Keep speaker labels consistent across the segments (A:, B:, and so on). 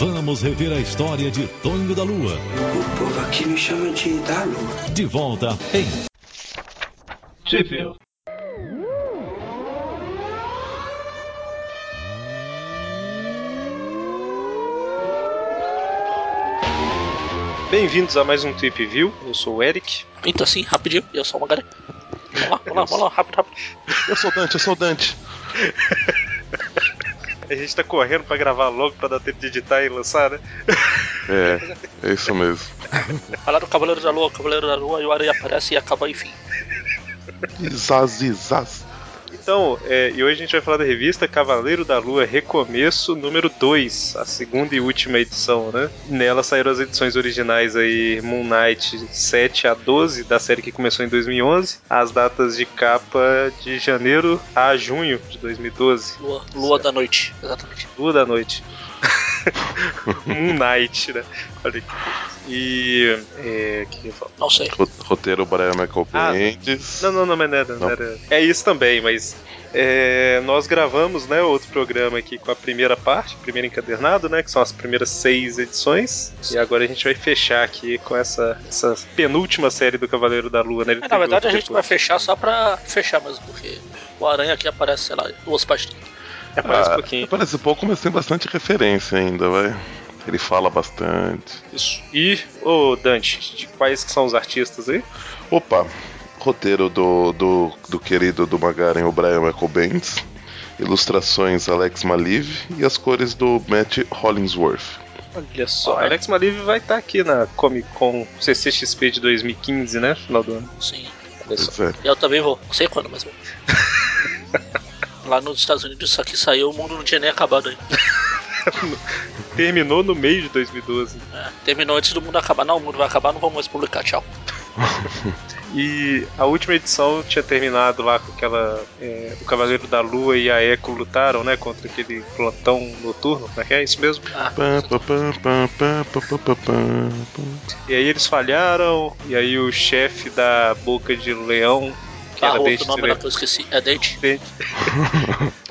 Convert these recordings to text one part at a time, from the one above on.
A: Vamos rever a história de Tonho da Lua.
B: O povo aqui me chama de da Lua.
A: De volta em
C: Tipo. Bem-vindos a mais um Trip View. Eu sou o Eric.
D: Então assim, rapidinho, eu sou uma galera. Vamos lá, vamos lá, vamos lá, rápido, rápido.
E: Eu sou o Dante, eu sou o Dante.
C: A gente tá correndo pra gravar logo pra dar tempo de editar e lançar, né?
E: É, é isso mesmo.
D: Falar do Cavaleiro da Lua, Cavaleiro da Lua, e o Aranha aparece e acaba, enfim.
E: Zaz, zaz.
C: Então, é, e hoje a gente vai falar da revista Cavaleiro da Lua Recomeço número 2, a segunda e última edição, né? Nela saíram as edições originais aí, Moon Knight 7 a 12, da série que começou em 2011, as datas de capa de janeiro a junho de 2012,
D: Lua, lua da noite, exatamente.
C: lua da noite. Moon Knight, né? Olha que coisa. E. É, que que eu falo?
D: Não sei.
E: Ro- Roteiro Brian Michael
C: Ah,
E: Bendis.
C: Não, não, não, mas não era, não
E: Não.
C: era- É isso também, mas. é, nós gravamos né, outro programa aqui com a primeira parte, primeiro encadernado, né? Que são as primeiras seis edições. E agora a gente vai fechar aqui com essa, essa penúltima série do Cavaleiro da Lua, né? Ele
D: Mas, É, na
C: teve
D: verdade, a
C: outro
D: gente vai
C: depois.
D: fechar só pra fechar mesmo, porque o Aranha aqui aparece, sei lá, duas páginas.
C: É mais um
E: Ah,
C: pouquinho.
E: Parece pouco, mas tem bastante referência ainda, vai. Ele fala bastante.
C: Isso. E, ô Dante, de quais que são os artistas aí?
E: Opa, roteiro do, do, do querido do Magaren, o Brian Michael Bendis. Ilustrações Alex Malive e as cores do Matt Hollingsworth.
C: Olha só. Alex Malive vai estar aqui na Comic Con CCXP de 2015, né? Final do ano.
D: Sim.
C: Olha só.
E: Pois é.
D: Eu também vou, não sei quando, mas vou. Lá nos Estados Unidos, isso aqui saiu, o mundo não tinha nem acabado ainda.
C: Terminou no meio de 2012.
D: É, terminou antes do mundo acabar. Não, o mundo vai acabar, não vamos mais publicar, tchau.
C: E a última edição tinha terminado lá com aquela. é, o Cavaleiro da Lua e a Eco lutaram, né? Contra aquele plantão noturno, como é que é isso mesmo?
D: Ah,
E: Pam, pam, pam, pam, pam, pam, pam, pam, pam.
C: E aí eles falharam, e aí o chefe da Boca de Leão, que era
D: barro
C: bem
D: Ah, outro nome lá que eu esqueci. É Dente?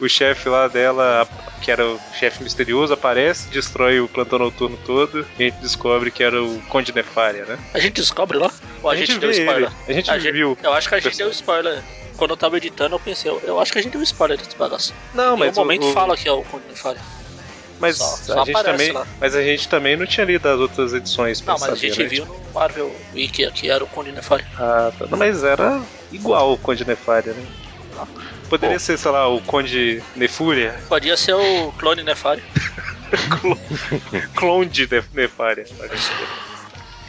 C: O chefe lá dela, que era o chefe misterioso, aparece, destrói o plantão noturno todo, e a gente descobre que era o Conde Nefária, né?
D: A gente descobre lá? Ou a, gente, deu spoiler?
C: ele, a gente viu.
D: Eu acho que a gente deu spoiler. Quando eu tava editando, eu pensei, eu, eu acho que a gente deu spoiler desse bagaço.
C: Não,
D: Em
C: mas
D: algum momento
C: o, o,
D: fala que é o Conde Fária.
C: mas
D: só- só
C: a gente
D: aparece
C: também,
D: lá.
C: mas a gente também não tinha lido as outras edições pra
D: Não, mas a
C: saber,
D: gente
C: né?
D: viu no Marvel Wiki que era o Conde Nefária.
C: Ah, tá. Não, mas era igual o Conde Nefária, né? Poderia
E: Bom.
C: ser, sei lá, o Conde Nefúria?
D: Podia ser o clone Nefária.
C: Clone de Nef- Nefária.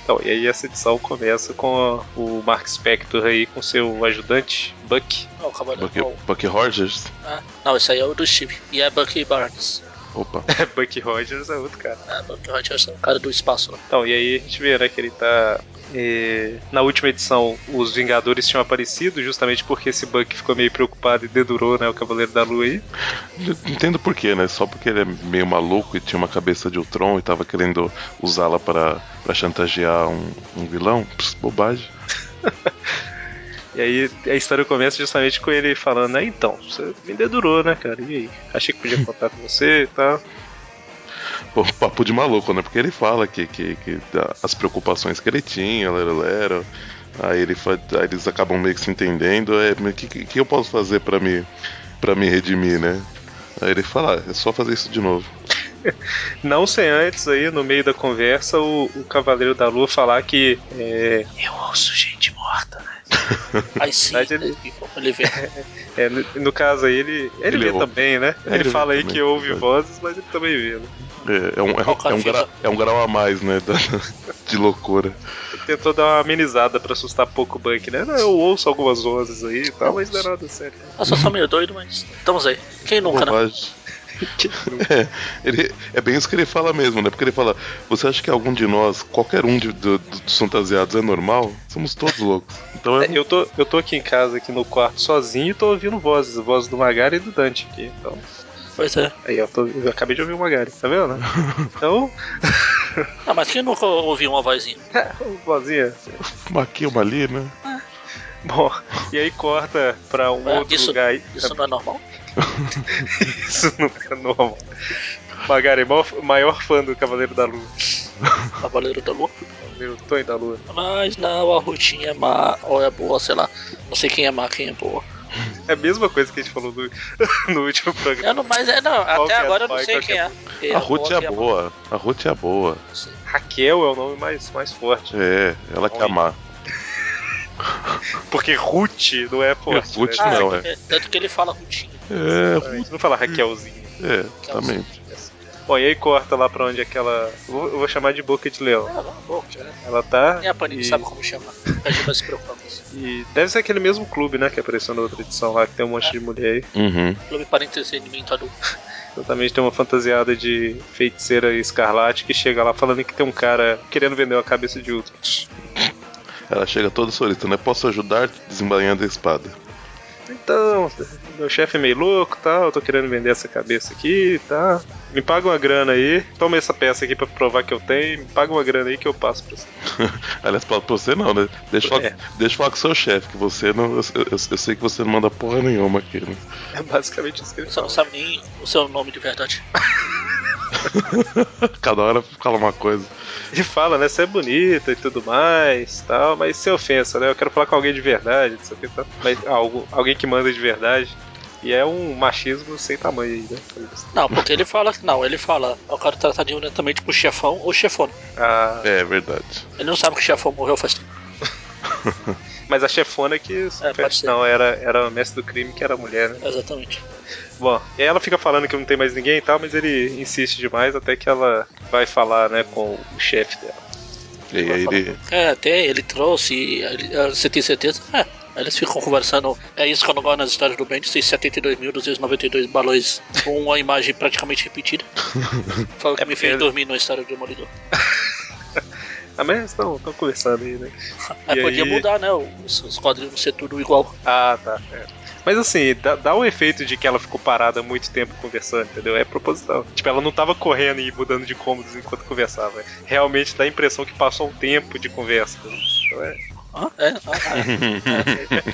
C: Então, e aí essa edição começa com o Mark Spector aí com seu ajudante, Buck.
D: Não, o Cavaleiro.
E: Bucky,
D: não,
E: Bucky Rogers.
D: ah, não, esse aí é o do Steve. E é Bucky Barnes.
E: Opa.
C: É, Buck Rogers é outro cara.
D: É, Bucky Rogers é o cara do espaço. Né?
C: Então, e aí a gente vê, né, que ele tá. eh, na última edição, os Vingadores tinham aparecido, justamente porque esse Buck ficou meio preocupado e dedurou, né, o Cavaleiro da Lua aí.
E: Eu não Entendo por quê, né? Só porque ele é meio maluco e tinha uma cabeça de Ultron e tava querendo usá-la pra, pra chantagear um, um vilão? Pss, bobagem.
C: E aí a história começa justamente com ele falando, né? Então, você me dedurou, né, cara? E aí? Achei que podia contar com você e tal.
E: Pô, papo de maluco, né? Porque ele fala que, que, que dá- as preocupações que ele tinha, lero, lero. Aí, ele, fa- aí eles acabam meio que se entendendo. É, o que, que, que eu posso fazer pra me, pra me redimir, né? Aí ele fala, "Ah, é só fazer isso de novo.
C: Não sem antes aí, no meio da conversa, o, o Cavaleiro da Lua falar que. É, Eu ouço gente morta, né?
D: Aí sim,
C: Mas ele-
D: ele vem.
C: É, no, no caso aí, ele, ele,
E: Ele
C: vê
E: ouve.
C: também, né?
E: É,
C: Ele,
E: ele
C: fala
E: vê
C: aí
E: também,
C: que ouve
E: verdade.
C: vozes, mas ele também vê, né?
E: É, é um, é, um- é um gra- é um grau a mais, né? da- de loucura.
C: Tentou dar uma amenizada pra assustar pouco o Buck, né? Não, Eu ouço algumas vozes aí e tal, mas não é nada sério.
D: Eu só sou meio doido, mas estamos aí. Quem nunca, né?
E: Bobagem. É, ele- é bem isso que ele fala mesmo, né? Porque ele fala: Você acha que algum de nós, qualquer um de- do- do- dos fantasiados, é normal? Somos todos loucos. Então é,
C: É, Eu tô, eu tô aqui em casa, aqui no quarto, sozinho e tô ouvindo vozes. Vozes do Magari e do Dante aqui. Então,
D: Pois é.
C: aí eu, tô- eu acabei de ouvir o Magari, tá vendo? Então,
D: Ah, mas quem nunca ouviu uma vozinha?
C: vozinha.
E: uma aqui, uma ali, né?
C: Bom, e aí corta pra um
D: Ah,
C: outro
D: isso-
C: lugar aí.
D: Isso não é normal?
C: Isso não é normal. Magari, maior, maior fã do Cavaleiro da Lua.
D: Cavaleiro da Lua.
C: Cavaleiro Tony da Lua.
D: Mas não, a rotinha é má, ou é boa, sei lá. Não sei quem é má, quem é boa.
C: É a mesma coisa que a gente falou no, no último programa.
D: Eu não, mas é, não,
C: Qual que
D: até
C: é
D: agora eu
C: boa
D: não
C: e
D: sei
C: qual que
D: quem
C: é
D: é. Quem
E: A Ruth é
D: quem
E: a boa. A Ruth é a boa.
D: Não sei.
C: Raquel é o nome mais, mais forte.
E: É, ela que é a má.
C: Porque Ruth não é forte.
E: Ruth
C: né?
D: Ah,
E: Não, é.
D: é, tanto que ele fala Rutinha.
E: É,
C: Exatamente. Não fala Raquelzinha.
E: é, também.
C: Bom, e aí corta lá pra onde aquela. Eu vou eu vou chamar de boca de leão.
D: Ah, não, bom, cara.
C: Ela tá.
D: Nem É a Panini
C: e-
D: sabe como chamar. A gente vai se preocupar com isso.
C: E deve ser aquele mesmo clube, né? Que apareceu na outra edição lá, que tem um monte de mulher aí.
E: Uhum.
D: Clube para entretenimento adulto.
C: Exatamente, tem uma fantasiada de feiticeira escarlate que chega lá falando que tem um cara querendo vender a cabeça de outro.
E: Ela chega toda sorrita, né? Posso ajudar desembainhando a espada.
C: Então, meu chefe é meio louco e tal, eu tô querendo vender essa cabeça aqui e tá? Me paga uma grana aí, toma essa peça aqui pra provar que eu tenho, me paga uma grana aí que eu passo pra você.
E: Aliás, fala pra você não, né? Deixa eu falar,
C: É.
E: deixa eu falar com o seu chefe, que você não. Eu, eu- eu sei que você não manda porra nenhuma aqui, né?
C: É basicamente isso que ele
D: Você não
C: fala.
D: sabe nem o seu nome de verdade.
E: Cada hora fala uma coisa.
C: Ele fala, né, você é bonita e tudo mais tal, mas sem ofensa, né? Eu quero falar com alguém de verdade, não sei o que, tá? Mas algo, alguém que manda de verdade. E é um machismo sem tamanho aí, né?
D: Não, porque ele fala que não, ele fala, eu quero tratar de um diretamente pro chefão ou chefona.
C: A-
E: É, verdade.
D: Ele não sabe que o chefão morreu faz tempo.
C: mas a chefona que
D: É, pode ser.
C: não era, era a mestre do crime que era mulher, né?
D: Exatamente.
C: Bom, e ela fica falando que não tem mais ninguém e tal, mas ele insiste demais até que ela vai falar, né, com o chefe dela.
E: E aí ele.
D: É, até ele trouxe, ele- ah, você tem certeza? É. Aí Eles ficam conversando, é isso que eu não gosto nas histórias do Bendis, tem 72.292 balões com uma imagem praticamente repetida. Foi o que
C: É
D: me
C: porque
D: fez
C: ele-
D: dormir na história do Demolidor.
C: Ah, mas estão conversando aí, né?
D: Aí
C: E
D: podia
C: aí-
D: mudar, né? Os, os quadrinhos não ser tudo igual.
C: Ah, tá. é. Mas assim, dá, dá o efeito de que ela ficou parada muito tempo conversando, entendeu? É proposital. Tipo, ela não tava correndo e mudando de cômodos enquanto conversava. Realmente dá a impressão que passou um tempo de conversa. entendeu? Então é,
D: Hã? É?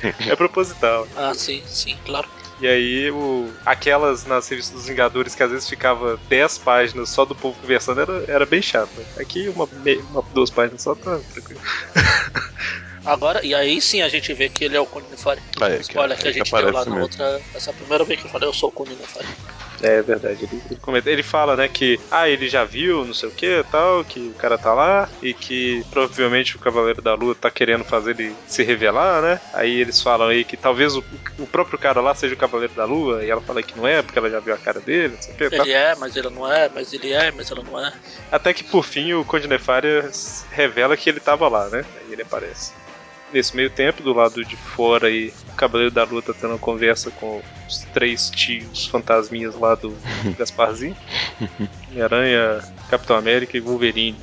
D: Ah,
C: é proposital.
D: ah, ah, sim, sim, claro.
C: E aí, o, aquelas nas revistas dos Vingadores que às vezes ficava 10 páginas só do povo conversando era, era bem chato. né? Aqui, uma, me- uma, duas páginas só tá tranquilo.
D: Agora, e aí sim a gente vê que ele é o Cunninifari.
E: Ah, é, que-
D: Spoiler que,
E: é
D: a
E: que
D: gente deu lá
E: aparece
D: na
E: mesmo.
D: outra. Essa primeira vez que eu falei, eu sou o Cunninifari.
C: É verdade. Ele, ele, comenta- ele fala, né, que ah, ele já viu, não sei o que tal, que o cara tá lá e que provavelmente o Cavaleiro da Lua tá querendo fazer ele se revelar, né? Aí eles falam aí que talvez o, o próprio cara lá seja o Cavaleiro da Lua e ela fala que não é porque ela já viu a cara dele, não sei o que tal.
D: Ele é, mas ele não é, mas ele é, mas ela não é.
C: Até que por fim o Conde Nefária revela que ele tava lá, né? Aí ele aparece. Nesse meio tempo, do lado de fora, aí, o Cavaleiro da Luta tendo uma conversa com os três tios fantasminhas lá do Gasparzinho. Homem-Aranha, Capitão América e Wolverine.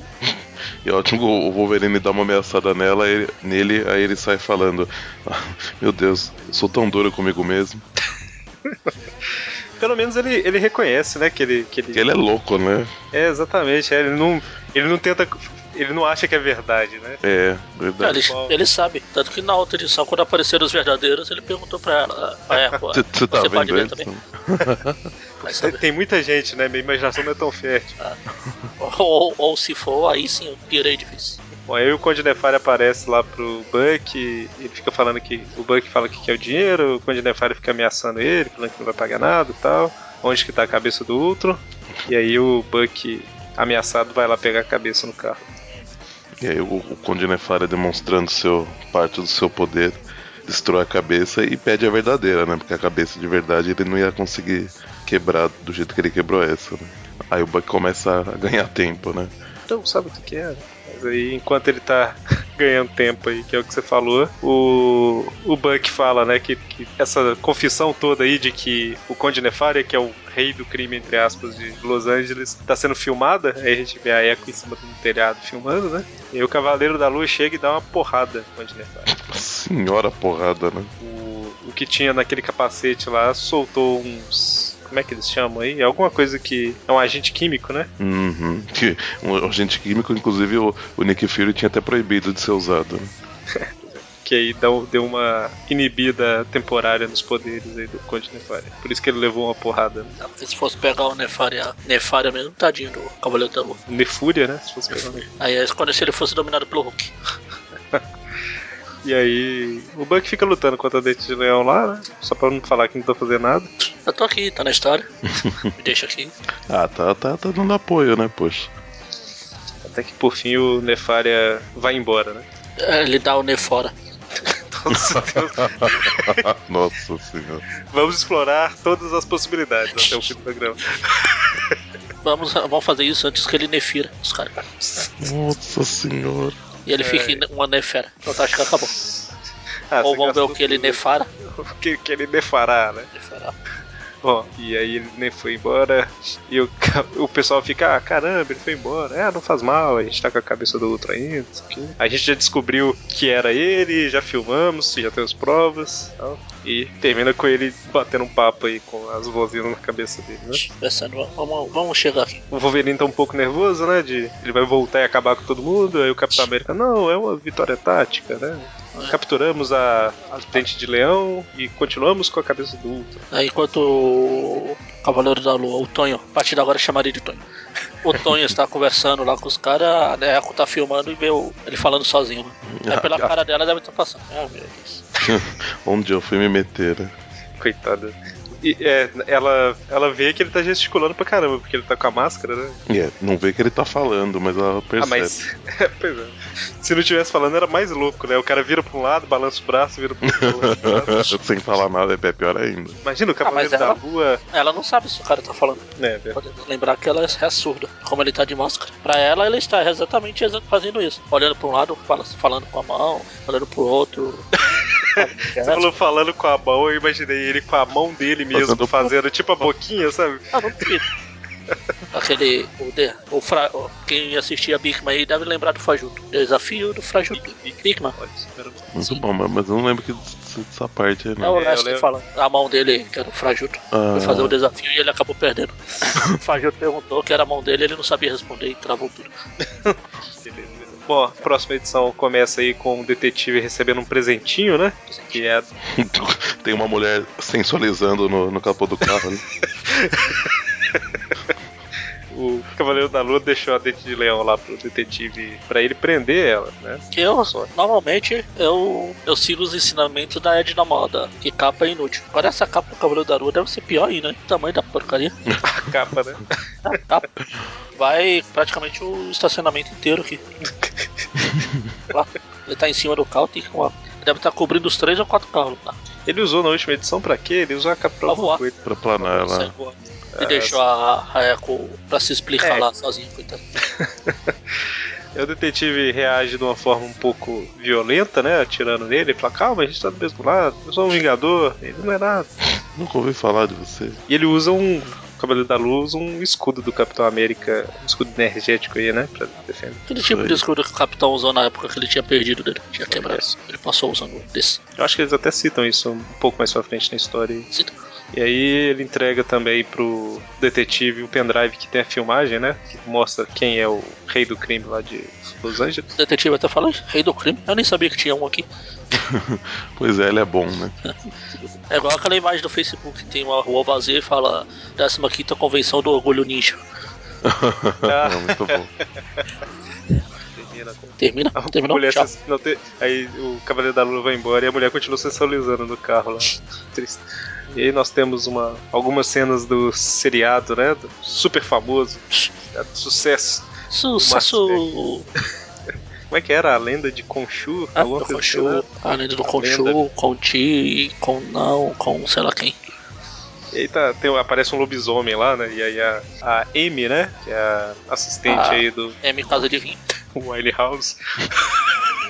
E: E ótimo, o Wolverine dá uma ameaçada nela, ele- nele, aí ele sai falando: "Ah, Meu Deus, eu sou tão duro comigo mesmo.
C: Pelo menos ele, ele reconhece, né? Que ele, que ele...
E: Que ele é louco, né?
C: É, exatamente. é, ele, não, ele não tenta... Ele não acha que é verdade, né?
E: É,
D: Não,
E: verdade.
D: ele, ele sabe. Tanto que na outra edição, quando apareceram os verdadeiros, ele perguntou pra ela. ah, É, pô,
E: Você você tá
D: pode
E: vendo
D: ler
E: isso?
D: também? Vai
C: Tem-
D: saber.
C: Tem muita gente, né? Minha imaginação não é tão fértil.
D: Ou, ou se for, aí sim é eu pirei de vez.
C: Bom, aí o Conde Nefário aparece lá pro Buck, e ele fica falando que. O Buck fala que quer o dinheiro, o Conde Nefário fica ameaçando ele, falando que não vai pagar nada e tal. Onde que tá a cabeça do outro? E aí o Buck, ameaçado, vai lá pegar a cabeça no carro.
E: E aí o, o Conde Nefária demonstrando seu, parte do seu poder, destrói a cabeça e pede a verdadeira, né? Porque a cabeça de verdade ele não ia conseguir quebrar do jeito que ele quebrou essa, né? Aí o Buck começa a ganhar tempo, né?
C: Então, sabe o que que é? Mas aí, enquanto ele tá ganhando tempo aí, que é o que você falou, o, o Buck fala, né, que, que essa confissão toda aí de que o Conde Nefária, que é o rei do crime, entre aspas, de Los Angeles, tá sendo filmada, aí a gente vê a Echo em cima de um telhado filmando, né, e aí o Cavaleiro da Lua chega e dá uma porrada no Conde Nefária.
E: Senhora porrada, né?
C: O, o que tinha naquele capacete lá soltou uns... Como é que eles chamam aí? Alguma coisa que é um agente químico, né?
E: Uhum. Que um agente químico, inclusive o, o Nick Fury tinha até proibido de ser usado. né?
C: que aí deu, deu uma inibida temporária nos poderes aí do Conde Nefária. Por isso que ele levou uma porrada. Né?
D: Se fosse pegar o Nefária, Nefária mesmo, tadinho do Cavaleiro da Lua.
C: Nefúria, né? Se fosse pegar o Nefúria.
D: Aí é quando se ele fosse dominado pelo Hulk.
C: E aí, o Buck fica lutando contra a Dente de Leão lá, né? Só pra não falar que não tá fazendo nada.
D: Eu tô aqui, tá na história. Me deixa aqui.
E: Ah, tá, tá, tá dando apoio, né, poxa?
C: Até que por fim o Nefária vai embora, né?
D: É, Ele dá o Nefora.
C: Nossa Deus.
E: Nossa senhora.
C: Vamos explorar todas as possibilidades até o fim do programa.
D: Vamos, vamos fazer isso antes que ele nefira os caras.
E: Nossa senhora.
D: E ele fica em uma nefera. Então tá, acho que acabou.
C: É. Ah,
D: Ou
C: você
D: vamos ver o
C: gastou
D: que ele
C: tudo.
D: nefara.
C: O que, que ele nefará, né?
D: Nefará.
C: Bom, e aí ele nem foi embora. E o, ca- o pessoal fica, ah, caramba, ele foi embora. É, não faz mal, a gente tá com a cabeça do outro ainda. não sei o quê. A gente já descobriu que era ele, já filmamos, já temos provas. tal. E termina com ele batendo um papo aí com as vozinhas na cabeça dele, né?
D: Pensando, vamos, vamos chegar aqui.
C: O Wolverine tá um pouco nervoso, né? De ele vai voltar e acabar com todo mundo. Aí o Capitão América, não, é uma vitória tática, né? Capturamos a, a dente de leão e continuamos com a cabeça do Ultra.
D: Aí Né, enquanto o Cavaleiro da Lua, o Tonho, a partir de agora eu chamaria de Tonho. O Tonho está conversando lá com os caras, a Neco tá filmando e vê o- ele falando sozinho. Né?
C: Ah,
D: Aí pela cara dela deve estar passando. Ah, meu Deus.
E: Onde eu fui me meter, né?
C: Coitada. E é, ela, ela vê que ele tá gesticulando pra caramba, porque ele tá com a máscara, né?
E: E é, não vê que ele tá falando, mas ela percebe.
C: Ah, mas. pois é. Se não tivesse falando, era mais louco, né? O cara vira pra um lado, balança o braço, vira pro outro. balança.
E: Sem falar nada é pior ainda.
C: Imagina o cavaleiro
D: Ah, mas
C: da
D: ela-
C: rua.
D: Ela não sabe se o cara tá falando.
C: Né, velho?
D: Podemos lembrar que ela é surda, como ele tá de máscara. Pra ela, ele está exatamente exa- fazendo isso. Olhando pra um lado, fala- falando com a mão, olhando pro outro.
C: Você falou falando com a mão, eu imaginei ele com a mão dele mesmo,
E: Fazendo-
C: fazendo tipo a boquinha, sabe?
D: Ah, não duvido. Aquele. O, de, o, fra, o- quem assistia Bigman aí deve lembrar do Fajuto. Desafio do Fajuto. Bigman.
C: Olha, espera um
E: Muito bom, mas- mas eu não lembro que dessa dessa parte aí,
D: É o
E: não.
C: eu
D: Lester
C: lembro.
D: falando. A mão dele, que era o Frajuto,
E: Ah.
D: foi fazer o desafio e ele acabou perdendo. o Frajuto perguntou que era a mão dele, ele não sabia responder e travou tudo.
C: Beleza, beleza. Bom, a próxima edição começa aí com o detetive recebendo um presentinho, né? Que é.
E: Tem uma mulher sensualizando no, no capô do carro ali.
C: O Cavaleiro da Lua deixou a dente de leão lá pro detetive pra ele prender ela, né?
D: Que eu, normalmente, eu, eu sigo os ensinamentos da Edna Moda, que capa é inútil. Agora essa capa do Cavaleiro da Lua deve ser pior ainda, hein? O tamanho da porcaria.
C: A capa, né?
D: A capa vai praticamente o estacionamento inteiro aqui. Lá, ele tá em cima do carro, tem uma, deve estar cobrindo os três ou quatro carros lá.
C: Ele usou na última edição pra quê? Ele usou a capa pra
D: Pra voar.
C: alguma coisa.
E: pra planar
D: Sai
E: ela.
D: voando. E deixou a, a Echo pra se explicar
C: É.
D: lá sozinho, coitado.
C: E o detetive reage de uma forma um pouco violenta, né? Atirando nele, ele fala, calma, a gente tá do mesmo lado, eu sou um vingador, ele não é nada.
E: Nunca ouvi falar de você.
C: E ele usa um. O Cavaleiro da Lua usa um escudo do Capitão América, um escudo energético aí, né? Pra defender.
D: Aquele tipo
E: Foi.
D: de escudo que o capitão usou na época que ele tinha perdido dele, tinha quebrado. Ele passou usando desse.
C: Eu acho que eles até citam isso um pouco mais pra frente na história. aí.
D: Cita.
C: E aí ele entrega também pro detetive o pendrive que tem a filmagem, né? Que mostra quem é o rei do crime lá de Los Angeles.
D: O detetive até falou, rei do crime, eu nem sabia que tinha um aqui.
E: Pois é, ele é bom, né?
D: É igual aquela imagem do Facebook, tem uma rua vazia e fala 15ª Convenção do Orgulho Ninja.
C: Ah.
E: É muito bom.
C: Termina com.
D: Termina?
C: A
D: Terminou?
C: mulher
D: Tchau.
C: se- não tem- Aí o Cavaleiro da Lua vai embora e a mulher continua sensualizando no carro lá. Triste. E aí nós temos uma, algumas cenas do seriado, né? Do super famoso. seriado de Sucesso.
D: Sucesso!
C: Como é que era? A lenda de Conchu?
D: Ah, do
C: assim,
D: Conchu,
C: né?
D: a lenda do
C: A lenda.
D: Conchu, Conti, com não, com sei lá quem.
C: E aí tá, tem, aparece um lobisomem lá, né? E aí a, a Amy, né? Que é a assistente
D: Ah.
C: aí do
D: É minha casa de vinho.
C: Winehouse.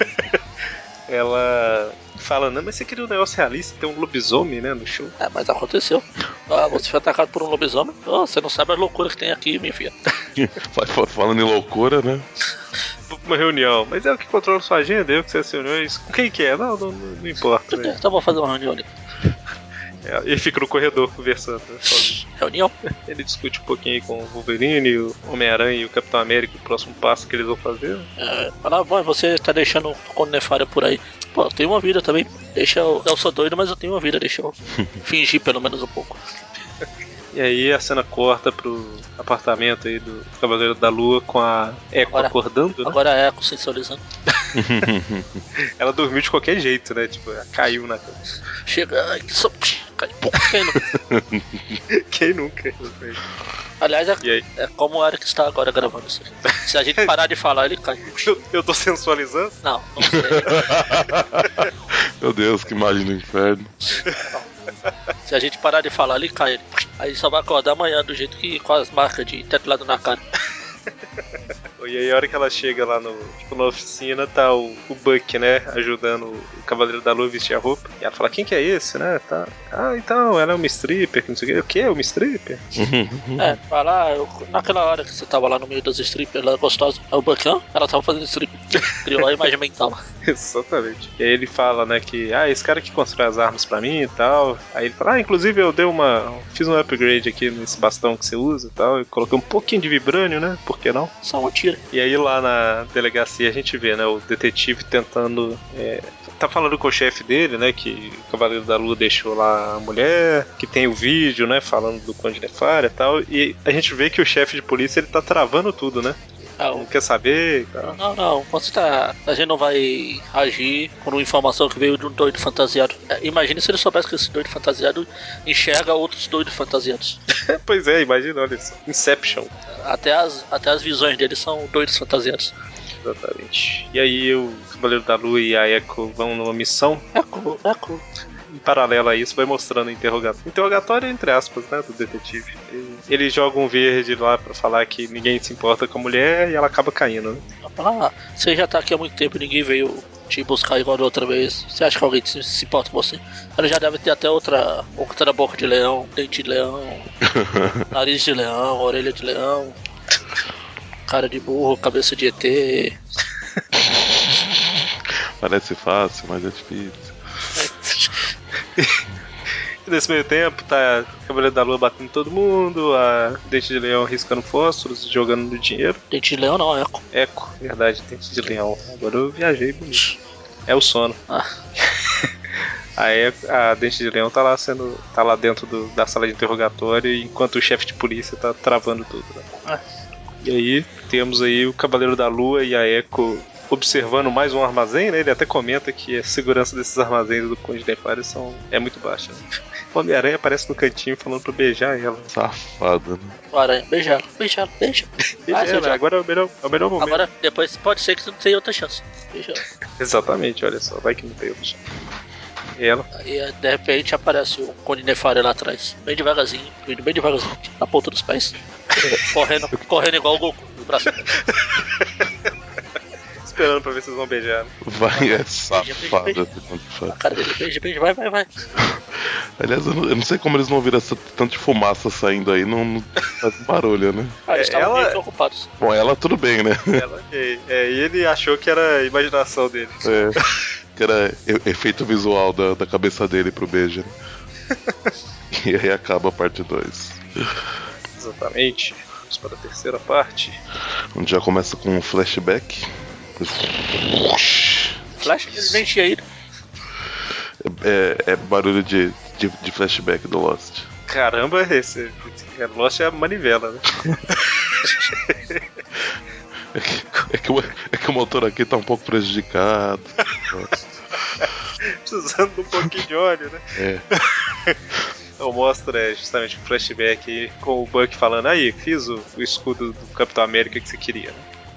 C: Ela fala, não, mas você queria um negócio realista, tem um lobisomem, né, no show.
D: É, mas aconteceu. Ah, você foi atacado por um lobisomem? Ah, você não sabe a loucura que tem aqui, minha filha.
E: Vai fa- Falando em loucura, né?
C: Vou pra Uma reunião, mas é o que controla sua agenda, eu que você assinou isso. Com quem que é? Não, não, não, não importa. Né?
D: Então vou fazer uma reunião ali.
C: É, Ele fica no corredor conversando, né, sozinho.
D: Reunião.
C: Ele discute um pouquinho aí com o Wolverine, o Homem-Aranha e o Capitão América, o próximo passo que eles vão fazer.
D: É, fala, "Vai, você tá deixando o Conefária por aí. Pô, eu tenho uma vida também. Deixa eu. Eu sou doido, mas eu tenho uma vida, deixa eu fingir pelo menos um pouco.
C: E aí a cena corta pro apartamento aí do Cavaleiro da Lua com a Echo
D: Agora-
C: acordando, né?
D: Agora é consensualizando.
C: Ela dormiu de qualquer jeito, né? Tipo, ela caiu na cama.
D: Chega, ai, que so... cai- um cai no-
C: Quem nunca?
D: Aliás, é,
C: E aí?
D: é como o Eric está agora gravando isso aí. Se a gente parar de falar, ele cai.
C: Eu, eu tô sensualizando?
D: Não, não sei.
E: Meu Deus, que imagem do inferno.
D: Se a gente parar de falar, ele cai. Ele... Aí só vai acordar amanhã do jeito que com as marcas de teclado na cara.
C: E aí a hora que ela chega lá no, tipo, na oficina, tá o, o Buck, né? Ajudando o Cavaleiro da Lua a vestir a roupa. E ela fala, quem que é esse, né? Tá. Ah, então, ela é uma stripper, que não sei o quê. O quê? Uma stripper?
D: É, falar, eu, naquela hora que você tava lá no meio das strippers lá gostosa, aí o Bucão, ela tava fazendo strip, criou a imagem mental.
C: Exatamente. E aí ele fala, né, que ah, esse cara que constrói as armas pra mim e tal. Aí ele fala, ah, inclusive eu dei uma. fiz um upgrade aqui nesse bastão que você usa e tal. E coloquei um pouquinho de vibrânio, né? Por que não?
D: Só uma tira.
C: E aí lá na delegacia a gente vê, né, o detetive tentando. é, tá falando com o chefe dele, né? Que o Cavaleiro da Lua deixou lá a mulher, que tem o vídeo, né? Falando do Conde Nefária e tal. E a gente vê que o chefe de polícia ele tá travando tudo, né?
D: Ah,
C: Não
D: o-
C: quer saber e tal.
D: não, não, você tá. A gente não vai agir por uma informação que veio de um doido fantasiado. É, imagina se ele soubesse que esse doido fantasiado enxerga outros doidos fantasiados.
C: pois é, imagina, olha isso. Inception.
D: Até as, até as visões dele são doidos fantasiados.
C: Exatamente. E aí o Cavaleiro da Lua e a Echo vão numa missão.
D: Eco, eco.
C: Em paralelo a isso, vai mostrando o interrogatório. Interrogatório entre aspas, né? Do detetive. E Ele joga um verde lá pra falar que ninguém se importa com a mulher e ela acaba caindo, né?
D: Ah, você já tá aqui há muito tempo e ninguém veio te buscar igual da outra vez. Você acha que alguém se, se importa com você? Ela já deve ter até outra, outra boca de leão, dente de leão, nariz de leão, orelha de leão, cara de burro, cabeça de ET.
E: Parece fácil, mas é difícil.
C: E nesse meio tempo, tá o Cavaleiro da Lua batendo em todo mundo, a Dente de Leão riscando fósforos, jogando no dinheiro.
D: Dente de leão não, é.
C: Eco, verdade, Dente de Leão. Agora eu viajei bonito. É o sono.
D: Ah.
C: Aí a Dente de Leão tá lá sendo. tá lá dentro do- da sala de interrogatório, enquanto o chefe de polícia tá travando tudo. né?
D: Ah.
C: E aí temos aí o Cavaleiro da Lua e a Eco observando mais um armazém, né? Ele até comenta que a segurança desses armazéns do Conde Nefário são é muito baixa. Né? O Homem-Aranha aparece no cantinho falando pra beijar ela.
E: Safado, né?
D: Aranha, beija ela, beija ela, beija.
C: Ele
D: Ah,
C: é,
D: seu
C: né?
D: Jack.
C: Agora é o melhor, é o melhor momento.
D: Agora, depois pode ser que você não tenha outra chance. Beija ela.
C: Exatamente, olha só, vai que não tem opção. E ela, tá
D: E aí, de repente aparece o Cone Nefário lá atrás, bem devagarzinho, indo bem devagarzinho, na ponta dos pés, correndo, correndo igual o Goku, no braço.
C: esperando pra ver se vocês vão beijar. né?
E: Vai, é safado. é esse tanto de
D: A
E: fato.
D: cara dele, beijo, beijo, vai, vai, vai.
E: Aliás, eu não, eu não sei como eles não viram essa tanto de fumaça saindo aí, não, não faz barulho, né?
D: Aí Ah, eles
C: É,
D: estavam
C: ela-
D: meio preocupados.
E: Bom, ela tudo bem, né?
C: Ela, e, é, e ele achou que era a imaginação dele.
E: É, que era e- efeito visual da, da cabeça dele pro beijo. né? E aí acaba a parte 2.
C: Exatamente. Vamos para a terceira parte.
E: Onde já começa com um flashback.
D: Flash, eles nem tinha ido.
E: É, é barulho de, de, de flashback do Lost.
C: Caramba, esse é, Lost é a manivela, né?
E: É que, é que o, é que o motor aqui tá um pouco prejudicado.
C: Precisando de um pouquinho de óleo, né?
E: É.
C: Então mostra é, justamente o flashback aí com o Buck falando, aí, fiz o, o escudo do Capitão América que você queria,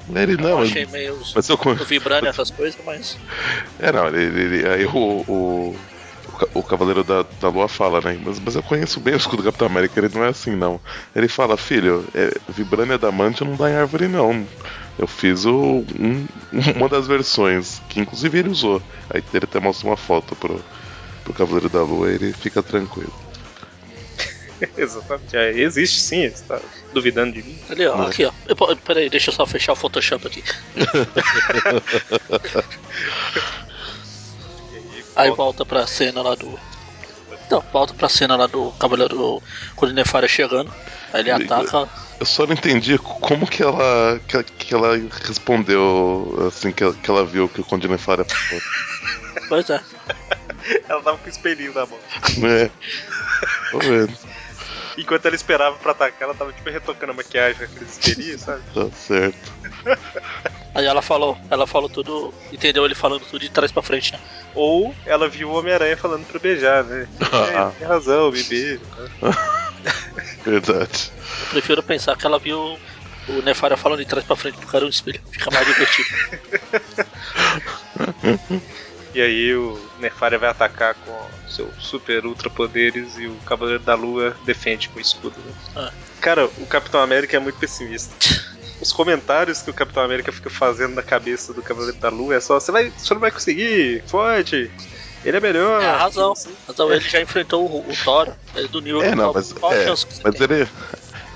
C: né?
E: Ele
D: Eu
E: não,
D: achei
E: ele,
D: meio os,
E: mas eu, con-
D: o vibrando essas coisas, mas
E: É, não, ele, ele- ele- aí o, o, o ca- o Cavaleiro da, da Lua fala, né? Mas, mas eu conheço bem o escudo do Capitão América, ele não é assim, não. Ele fala, filho, é, Vibrania Damante não dá em árvore, não. Eu fiz o- um- uma das versões, que inclusive ele usou. Aí ele até mostra uma foto pro, pro Cavaleiro da Lua e ele fica tranquilo.
C: Exatamente. É, existe sim, você tá duvidando de mim?
D: ali, ó,
E: Não.
D: aqui, ó. Eu po- Peraí, deixa eu só fechar o Photoshop aqui.
C: E
D: Aí volta pra cena lá do. Então, volta pra cena lá do Cavaleiro Culinefária chegando. Aí ele
E: Amigo.
D: ataca.
E: Eu só não entendi como que ela que, ela- que ela respondeu assim que ela, que ela viu que o Condinefária falou.
D: Pois é.
C: Ela tava com o espelhinho na mão.
E: né? Tô vendo,
C: Enquanto ela esperava pra atacar, ela tava tipo retocando a maquiagem com aqueles espelhinhos, sabe?
E: tá certo.
D: Aí ela falou, ela falou tudo, entendeu ele falando tudo de trás pra frente, né?
C: Ou ela viu o Homem-Aranha falando pra beijar, né?
E: Ah.
C: É, tem razão, me beija. né?
E: É Verdade.
D: Eu prefiro pensar que ela viu o Nefária falando de trás pra frente pro cara no espelho. Fica mais divertido.
C: E aí o Nefária vai atacar com seus super ultra poderes e o Cavaleiro da Lua defende com o escudo. né?
D: Ah.
C: Cara, o Capitão América é muito pessimista. Os comentários que o Capitão América fica fazendo na cabeça do Cavaleiro da Lua é só: você vai, você não vai conseguir, forte, ele é melhor.
D: É a razão. Então ele já enfrentou o, o Thor, é do New York.
E: É,
D: Qual-
E: não, mas,
D: qual a
E: é,
D: chance que você
E: mas
D: tem?
E: ele.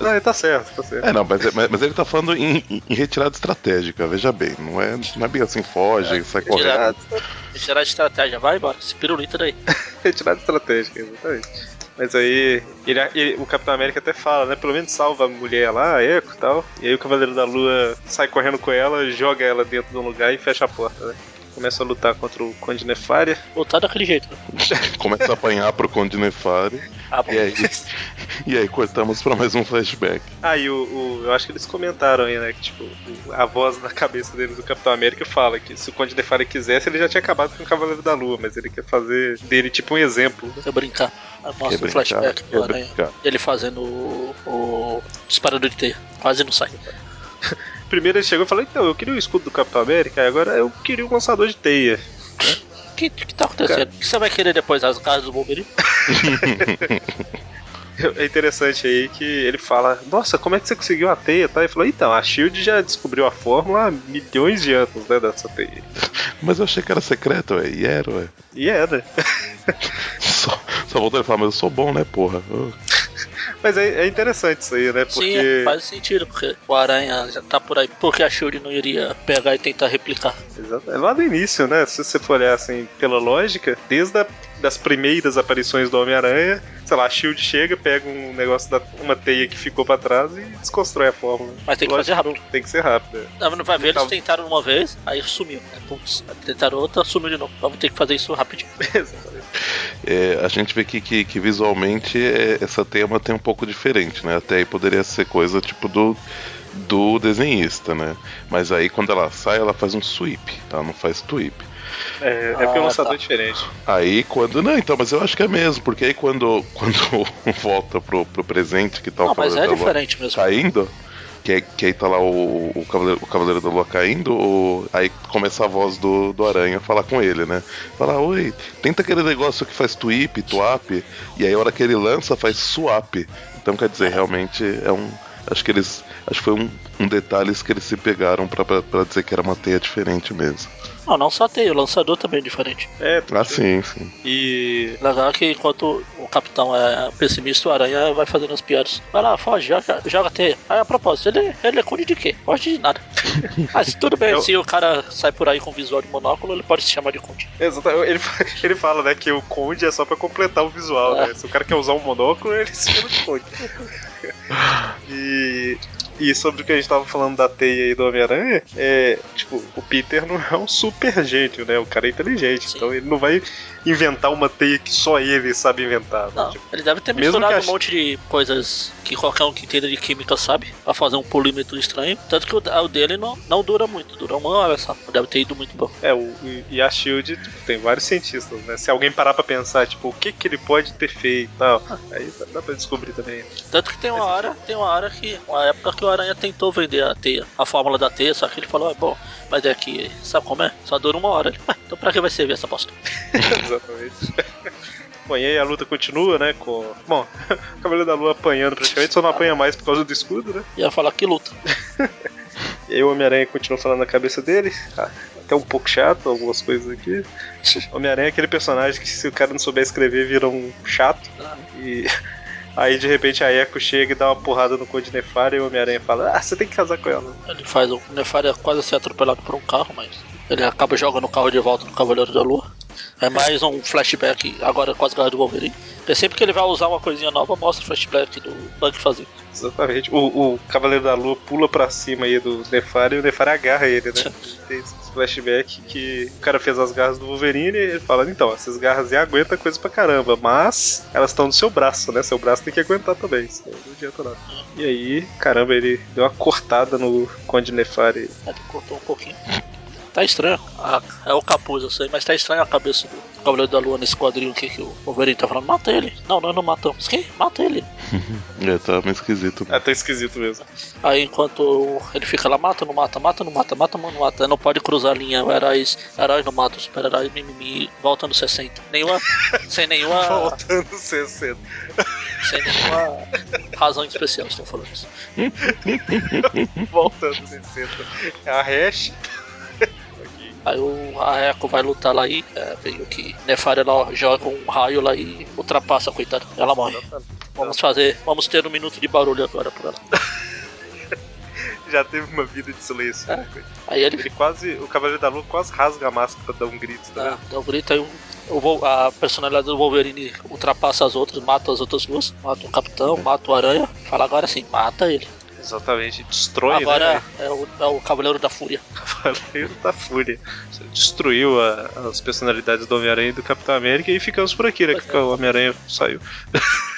C: Não, ele tá certo, tá certo.
E: É, não, mas, mas- mas ele tá falando em, em- em retirada estratégica, veja bem. Não é, não é bem assim, foge, sai correndo.
D: Retirada.
E: é-
D: Gerar estratégia, vai embora, se pirulita daí.
C: Retirada estratégica, exatamente. Mas aí, ele, ele- o Capitão América até fala, né? Pelo menos salva a mulher lá, a Eco e tal. E aí o Cavaleiro da Lua sai correndo com ela, joga ela dentro de um lugar e fecha a porta, né? Começa a lutar contra o Conde Nefária.
D: Voltar daquele jeito. né?
E: Começa a apanhar pro Condinefária.
D: Ah, bom.
E: E é aí, e aí cortamos pra mais um flashback.
C: Aí o, o- eu acho que eles comentaram aí, né? Que tipo, o- a voz na cabeça dele do Capitão América fala que se o Conde Nefária quisesse, ele já tinha acabado com o Cavaleiro da Lua, mas ele quer fazer dele tipo um exemplo. né?
D: Quer brincar. Ah,
E: Quer
D: Mostra o
E: é brincar?
D: flashback
E: Quer
D: do Aranha.
E: brincar?
D: Ele fazendo o, o disparador de teia. Quase não sai.
C: Primeiro ele chegou e falou, então, eu queria o escudo do Capitão América, aí agora eu queria um lançador de teia.
D: O que, que tá acontecendo? O que você vai querer depois? As casas do Wolverine?
C: É interessante aí que ele fala: Nossa, como é que você conseguiu a teia? Tá? Ele falou: Então, a Shield já descobriu a fórmula há milhões de anos né, dessa teia.
E: Mas eu achei que era secreto, ué. E era, ué.
C: E é, né? era.
E: Só, só voltou e falar, mas eu sou bom, né, porra? Eu-
C: Mas é, é interessante isso aí, né? Porque.
D: Sim, é, faz sentido, porque o Aranha já tá por aí. Por que a Shield não iria pegar e tentar replicar?
C: Exato. É lá do início, né? Se você for olhar assim, pela lógica, desde a, das primeiras aparições do Homem-Aranha, sei lá, a Shield chega, pega um negócio da uma teia que ficou pra trás e desconstrói a fórmula.
D: Mas tem que fazer rápido.
C: Não, tem que ser rápido. é.
D: Não, mas não vai ver, eles
C: Então-
D: tentaram uma vez, aí sumiu. Aí, putz, aí tentaram outra, sumiu de novo. Vamos ter que fazer isso rapidinho.
C: Então Exatamente.
E: É, a gente vê que, que, que visualmente é, essa tema tem um pouco diferente, né? Até aí poderia ser coisa tipo do, do desenhista, né? Mas aí quando ela sai, ela faz um sweep, ela não faz sweep.
C: É, é porque é
D: Ah,
C: um lançador
D: tá.
C: diferente.
E: Aí quando. Não, então, mas eu acho que é mesmo, porque aí quando, quando volta pro, pro presente, que tal
D: não, mas é
E: da Lua
D: diferente mesmo.
E: caindo. Que, aí- que aí tá lá o, o, cavaleiro, o Cavaleiro da Lua caindo, o- aí começa a voz do, do Aranha falar com ele, né? Falar, oi, tenta aquele negócio que faz twip, twap, e aí a hora que ele lança faz swap. Então quer dizer, realmente é um. Acho que eles. Acho que foi um, um detalhe que eles se pegaram pra, pra, pra dizer que era uma teia diferente mesmo.
D: Não, não só tem, o lançador também é diferente.
C: É,
E: Ah, sim, sim.
C: E
D: Legal é que enquanto o capitão é pessimista, o aranha vai fazendo as piadas. Vai lá, foge, joga, joga teia. Aí a propósito, ele, ele é cunho de quê? Pode de nada. Mas tudo bem,
C: Eu-
D: se o cara sai por aí com visual de monóculo, ele pode se chamar de conde.
C: Exato, Ele, fa- ele fala, né, que o conde é só pra completar o visual, né? Se o cara quer usar um monóculo, ele se chama de conde. e, e sobre o que a gente tava falando da teia aí do Homem-Aranha, é, tipo, o Peter não é um super gênio, né? O cara é inteligente,
D: Sim.
C: então ele não vai inventar uma teia que só ele sabe inventar, né?
D: Não,
C: Tipo,
D: ele deve ter
C: Mesmo que
D: misturado um
C: ache-
D: monte de coisas que qualquer um que entenda de química sabe, pra fazer um polímetro estranho. Tanto que o, da- o dele não, não dura muito, dura uma hora só. Deve ter ido muito bom.
C: é, o, e- e a Shield tipo, tem vários cientistas, né? Se alguém parar pra pensar, tipo, o que que ele pode ter feito e tal, aí dá- dá pra descobrir também.
D: Tanto que tem
C: é
D: uma hora, tem uma hora que. Uma época que o Aranha tentou vender a teia, a fórmula da teia, só que ele falou, é bom, mas é que, sabe como é? Só dura uma hora. Ele, "Ué, então pra que vai servir essa bosta?
C: Exatamente. Bom, e aí a luta continua, né? Com. Bom, o Cavaleiro da Lua apanhando praticamente, só não apanha mais por causa do escudo, né?
D: E ia falar que luta.
C: E aí o Homem-Aranha continua falando na cabeça dele. Ah, Até um pouco chato algumas coisas aqui. Homem-Aranha é aquele personagem que se o cara não souber escrever vira um chato. E. Aí de repente a Echo chega e dá uma porrada no Conde Nefário e o Homem-Aranha fala: Ah, você tem que casar com ela.
D: Ele faz o Nefária quase ser atropelado por um carro, mas ele acaba jogando o carro de volta no Cavaleiro da Lua. É mais um flashback, agora com as garras do Wolverine. Porque sempre que ele vai usar uma coisinha nova, mostra o flashback do Bug fazendo.
C: Exatamente. O, o Cavaleiro da Lua pula pra cima aí do Nefari e o Nefari agarra ele, né? Tem esse flashback que o cara fez as garras do Wolverine e ele fala: então, essas garras aí aguentam coisa pra caramba, mas elas estão no seu braço, né? Seu braço tem que aguentar também, senão não adianta nada. E aí, caramba, ele deu uma cortada no Conde Nefari.
D: Ele cortou um pouquinho. Tá estranho. Ah, é o capuz, eu sei, mas tá estranho a cabeça do Cavaleiro da Lua nesse quadrinho aqui que o Wolverine tá falando. Mata ele. Não, nós não matamos. Quem? Mata ele.
E: É, tá meio esquisito.
C: É até esquisito mesmo.
D: Aí enquanto ele fica lá, mata, não mata, mata, não mata, mata, não mata. Não pode cruzar a linha. Heróis, heróis não matam, super-heróis, mimimi, volta nos 60. Nenhuma. sem nenhuma.
C: Voltando 60.
D: sem nenhuma razão especial, estou falando isso.
C: Voltando 60. É a hash.
D: Aí o a Echo vai lutar lá e é, meio que Nefária lá joga um raio lá e ultrapassa, coitada. Ela morre. Vamos fazer, vamos ter um minuto de barulho agora por ela.
C: Já teve uma vida de silêncio. né, coitado?
D: Aí ele
C: Ele quase. O Cavaleiro da Lua quase rasga a máscara pra dar um grito, tá
D: ah,
C: vendo?
D: dá um grito, aí o, o Vol- a personalidade do Wolverine ultrapassa as outras, mata as outras duas, mata o Capitão, mata o Aranha. Fala agora sim, mata ele.
C: Exatamente, destrói
D: agora
C: né?
D: é o, é o Cavaleiro da Fúria.
C: o Cavaleiro da Fúria. Destruiu a- as personalidades do Homem-Aranha e do Capitão América e ficamos por aqui, né? Que
D: é.
C: o Homem-Aranha saiu.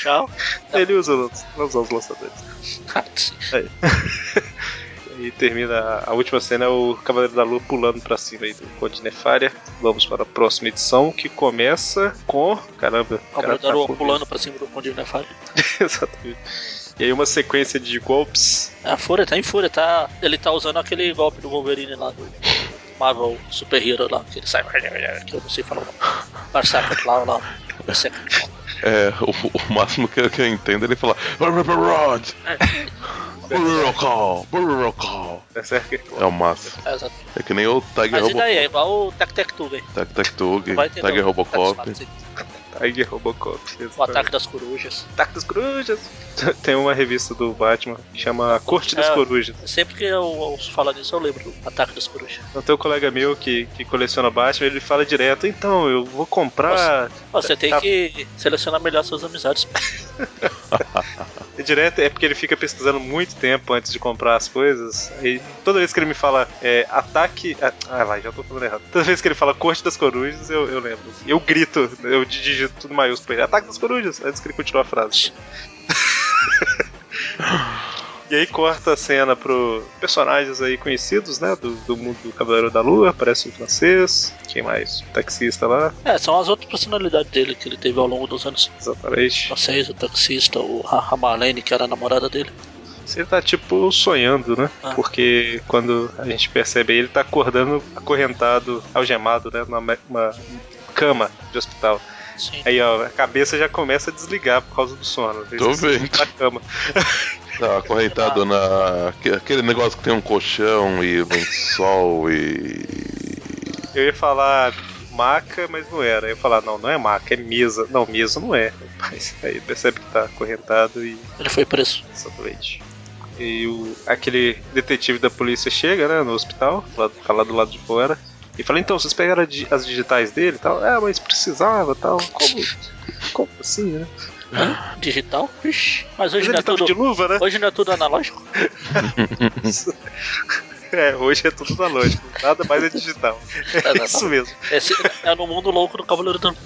D: Tchau.
C: Ele usa, os- não usa os lançadores.
D: Cara, que sim.
C: Aí. E termina a- a última cena é o Cavaleiro da Lua pulando pra cima aí do Conde Nefária. Vamos para a próxima edição que começa com. Caramba, tá
D: O Cavaleiro da
C: com-
D: Lua pulando pra cima do Conde Nefário.
C: Exatamente. E aí uma sequência de golpes
D: A Fúria tá em Fúria, tá. Ele tá usando aquele golpe do Wolverine lá do Marvel Super Hero lá, que ele sai. Que eu não sei falar o nome. Massacre lá, lá. Esse é-
E: É, o, o máximo que eu, que eu entendo é ele falar. Rod! Burrow Call! Burrow Call!
C: Tá certo?
E: É o máximo.
D: é, exato.
E: É que nem o Tiger
D: Mas e daí? É
E: Robocop.
D: igual o Tec Tec Tu, velho.
E: Tac Tac Tug,
D: Vai ter um
E: Tiger
D: não.
E: Robocop.
C: Tiger Robocop.
D: O ataque das corujas.
C: Ataque das Corujas. Tem uma revista do Batman que chama A Corte das
D: É.
C: Corujas.
D: Sempre que eu ouço falar nisso, eu lembro do ataque das corujas.
C: Então tem um colega meu que, que coleciona Batman, ele fala direto, então, eu vou comprar.
D: Ó, Você tem
C: Tá.
D: que selecionar melhor suas amizades.
C: É Direto é porque ele fica pesquisando muito tempo antes de comprar as coisas. E toda vez que ele me fala é, ataque. ah, Ah lá, já tô falando errado. Toda vez que ele fala Corte das Corujas, eu, eu lembro. Eu grito, eu digito tudo maiúsculo pra ele, ataque das corujas, antes que ele continue a frase. E aí corta a cena pro personagens aí conhecidos, né? Do, do mundo do Cavaleiro da Lua, aparece um francês, quem mais? O taxista lá,
D: É, são as outras personalidades dele que ele teve ao longo dos anos.
C: exatamente.
D: Vocês, o taxista, o, a a Marlene, que era a namorada dele.
C: Ele tá tipo sonhando, né?
D: Ah.
C: Porque quando a gente percebe ele, ele tá acordando acorrentado, algemado, né? Numa uma cama de hospital.
D: Sim.
C: Aí, ó, a cabeça já começa a desligar por causa do sono. Às vezes
E: Tô
C: ele
E: vendo.
C: Na cama.
E: Tá acorrentado na. aque- Aquele negócio que tem um colchão e lençol e.
C: Eu ia falar maca, mas não era. Eu ia falar, não, não é maca, é mesa. Não, mesa não é. Mas aí percebe que tá acorrentado e
D: Ele foi preso.
C: Exatamente. E o, aquele detetive da polícia chega, né, no hospital, lá, tá lá do lado de fora, e fala, então, vocês pegaram a di- as digitais dele e tal? É, mas precisava tal. Como, como assim, né?
D: Hã? Digital? Ixi. Mas
C: Mas
D: hoje não,
C: ele
D: é
C: tava
D: tudo,
C: de luva, né?
D: hoje não é tudo analógico?
C: É, hoje é tudo analógico, nada mais é digital. É isso mesmo.
D: Esse é no mundo louco do Cavaleiro do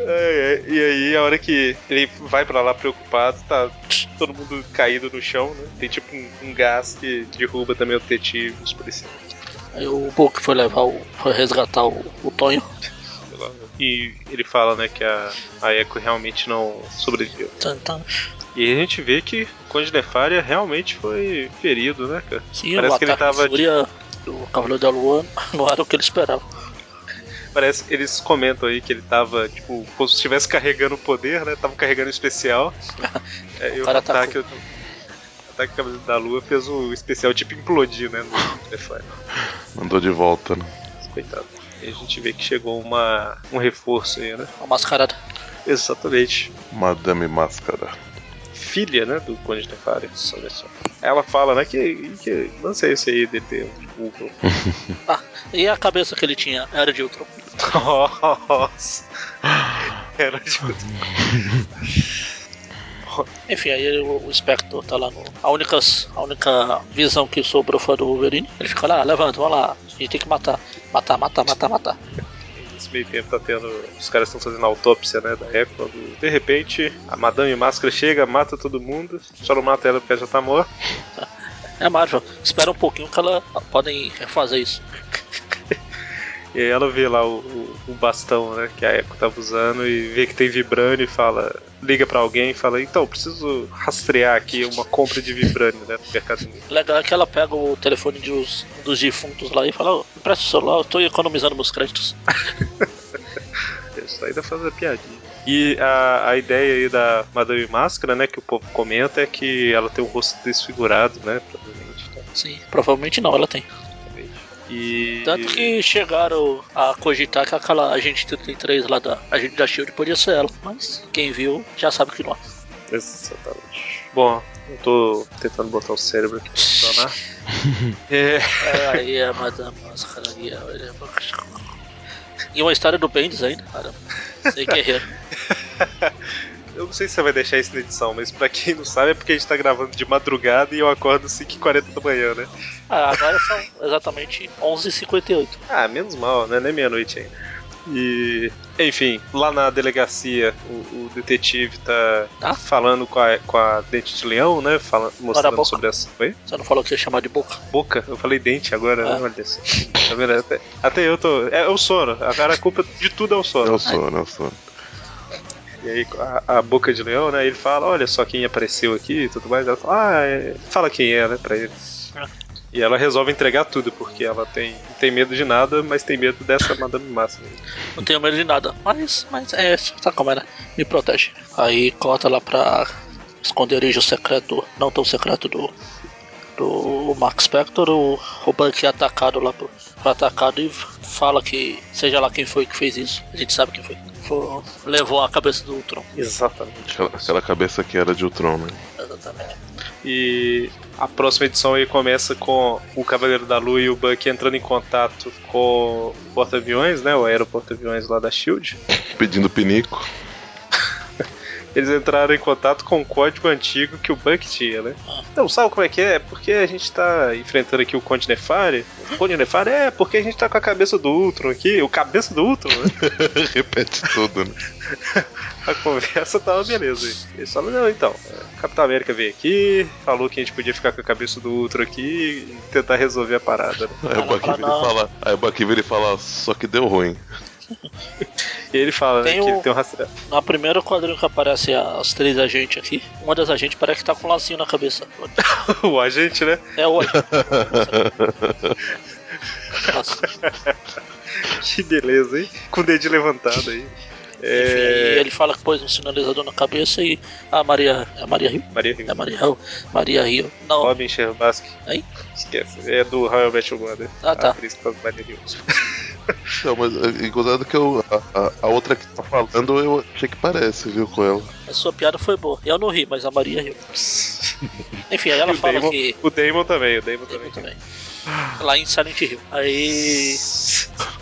C: É, é, e aí, a hora que ele vai pra lá preocupado, tá todo mundo caído no chão, né? Tem tipo um, um gás que derruba também o detetive, os policiais.
D: Aí o Book foi levar o. foi resgatar o, o Tonho.
C: sei lá. E ele fala, né, que a, a Echo realmente não sobreviveu.
D: Tan, tan.
C: E a gente vê que o Conde Nefária realmente foi ferido, né, cara?
D: Sim,
C: Parece
D: o
C: que ele
D: ataque
C: tava
D: de fúria do Cavaleiro da Lua não era o que ele esperava.
C: Parece que eles comentam aí que ele tava, tipo, como se estivesse carregando o poder, né? Tava carregando o especial. É, e o
D: cara
C: ataque, o ataque Cavaleiro da Lua fez o especial tipo implodir, né, no Conde Nefária.
E: Mandou de volta, né?
C: Coitado. E a gente vê que chegou uma, um reforço aí, né?
D: Uma mascarada.
C: Exatamente.
E: Madame Máscara.
C: filha, né, do Conde Nefário, olha só. Ela fala, né, que, que lance é esse aí dele ter um vulcão.
D: Ah, e a cabeça que ele tinha era de outro.
C: Nossa. Era de...
D: Enfim, aí o, o Spectre tá lá no. A única, a única visão que sobrou foi a do Wolverine. Ele fica lá, "Ah, levanta, vamos lá, a gente tem que matar. Matar, matar, matar, matar.
C: Nesse meio tempo tá tendo. Os caras estão fazendo autópsia, né? Da Echo. De repente, a Madame Máscara chega, mata todo mundo. Só não mata ela porque ela já tá morta.
D: É a Marvel, espera um pouquinho que ela podem fazer isso.
C: E aí ela vê lá o, o- o bastão, né, que a Echo tava usando e vê que tem vibrânio e fala, liga pra alguém e fala, então, preciso rastrear aqui uma compra de vibrânio, né, no mercado negro.
D: Legal é que ela pega o telefone de os- dos defuntos lá e fala, "Ó, me presta o celular, eu tô economizando meus créditos.
C: Isso ainda faz a piadinha. E a, a ideia aí da Madame Máscara, né, que o povo comenta é que ela tem um rosto desfigurado, né, provavelmente. né,
D: Sim, provavelmente não, ela tem.
C: provavelmente. E...
D: Tanto que chegaram a cogitar que aquela agente 33 lá da agente da Shield podia ser ela, mas quem viu já sabe que não. é.
C: Exatamente. Bom, eu tô tentando botar o cérebro aqui pra funcionar. é...
D: É, aí a Madame Máscara e a- é E uma história do Bendis ainda, cara. é Sem guerreiro.
C: Eu não sei se você vai deixar isso na edição, mas pra quem não sabe é porque a gente tá gravando de madrugada e eu acordo às 5h40 da manhã, né?
D: Ah, agora são exatamente 11h58.
C: Ah, menos mal, né? Nem meia-noite ainda. E. Enfim, lá na delegacia, o, o detetive tá
D: Tá?
C: falando com a, com a dente de leão, né? Fala,
D: a boca.
C: mostrando sobre essa. Oi?
D: Você não falou que ia chamar de boca?
C: Boca? Eu falei dente agora,
D: Ah.
C: né? olha só. Tá vendo? Até, até eu tô. É, é o sono. Agora a culpa de tudo é o sono.
E: É o sono, é o sono.
C: E aí a, a boca de leão, né? Ele fala, olha só quem apareceu aqui e tudo mais. Ela fala, ah, é... fala quem é, né, pra ele.
D: Ah.
C: E ela resolve entregar tudo, porque ela tem, não tem medo de nada, mas tem medo dessa Madame Massa.
D: Não tenho medo de nada. Mas, mas é, tá como era. Me protege. Aí corta lá pra esconderijo secreto, não tão secreto do. Do Max Spector, o, o Buck é atacado lá, pro- foi atacado e fala que seja lá quem foi que fez isso, a gente sabe quem foi. Foi- levou a cabeça do Ultron,
C: Exatamente.
E: Aquela, aquela cabeça que era de Ultron, né?
D: exatamente.
C: E a próxima edição aí começa com o Cavaleiro da Lua e o Buck entrando em contato com o porta-aviões, né? O aeroporta-aviões lá da Shield.
E: Pedindo pinico.
C: Eles entraram em contato com um código antigo que o Buck tinha, né? Então, sabe como é que é? É Porque a gente tá enfrentando aqui o Conde Nefari. O Conde Nefari é porque a gente tá com a cabeça do Ultron aqui. O cabeça do Ultron, né?
E: Repete tudo, né?
C: A conversa tava beleza. aí. Eles falam, não, então, é, Capitão América veio aqui, falou que a gente podia ficar com a cabeça do Ultron aqui e tentar resolver a parada, né?
E: Aí o Bucky
D: fala,
E: vira e
D: não.
E: fala. Aí o Bucky vira e fala, só que deu ruim.
C: E ele fala, né,
D: Tem
C: que
D: o-
C: ele tem um rastreador.
D: Na primeira quadrinho que aparece as três agentes aqui, uma das agentes parece que tá com um lacinho na cabeça.
C: o agente, né?
D: É hoje.
C: Que beleza, hein? Com o dedinho levantado aí.
D: Enfim,
C: É...
D: aí ele fala que pôs um sinalizador na cabeça e a Maria. É a Maria Rio?
C: Maria
D: É a
C: Rivera.
D: Maria Rio. Maria Rio. Não,
C: Robin Cherbaski.
D: Aí?
C: Esquece. É do Royal Match Mother.
D: Ah, tá.
C: A atriz que faz o Maria Hill.
E: Não, mas é, engraçado que eu, a, a- a outra que tá falando, eu achei que parece, viu, com ela.
D: a sua piada foi boa. Eu não ri, mas a Maria riu. Enfim, aí
C: E
D: ela
C: o
D: fala
C: Damon,
D: que.
C: O Damon também, o Damon
D: Eu
C: também.
D: também. Lá em Silent Hill. Aí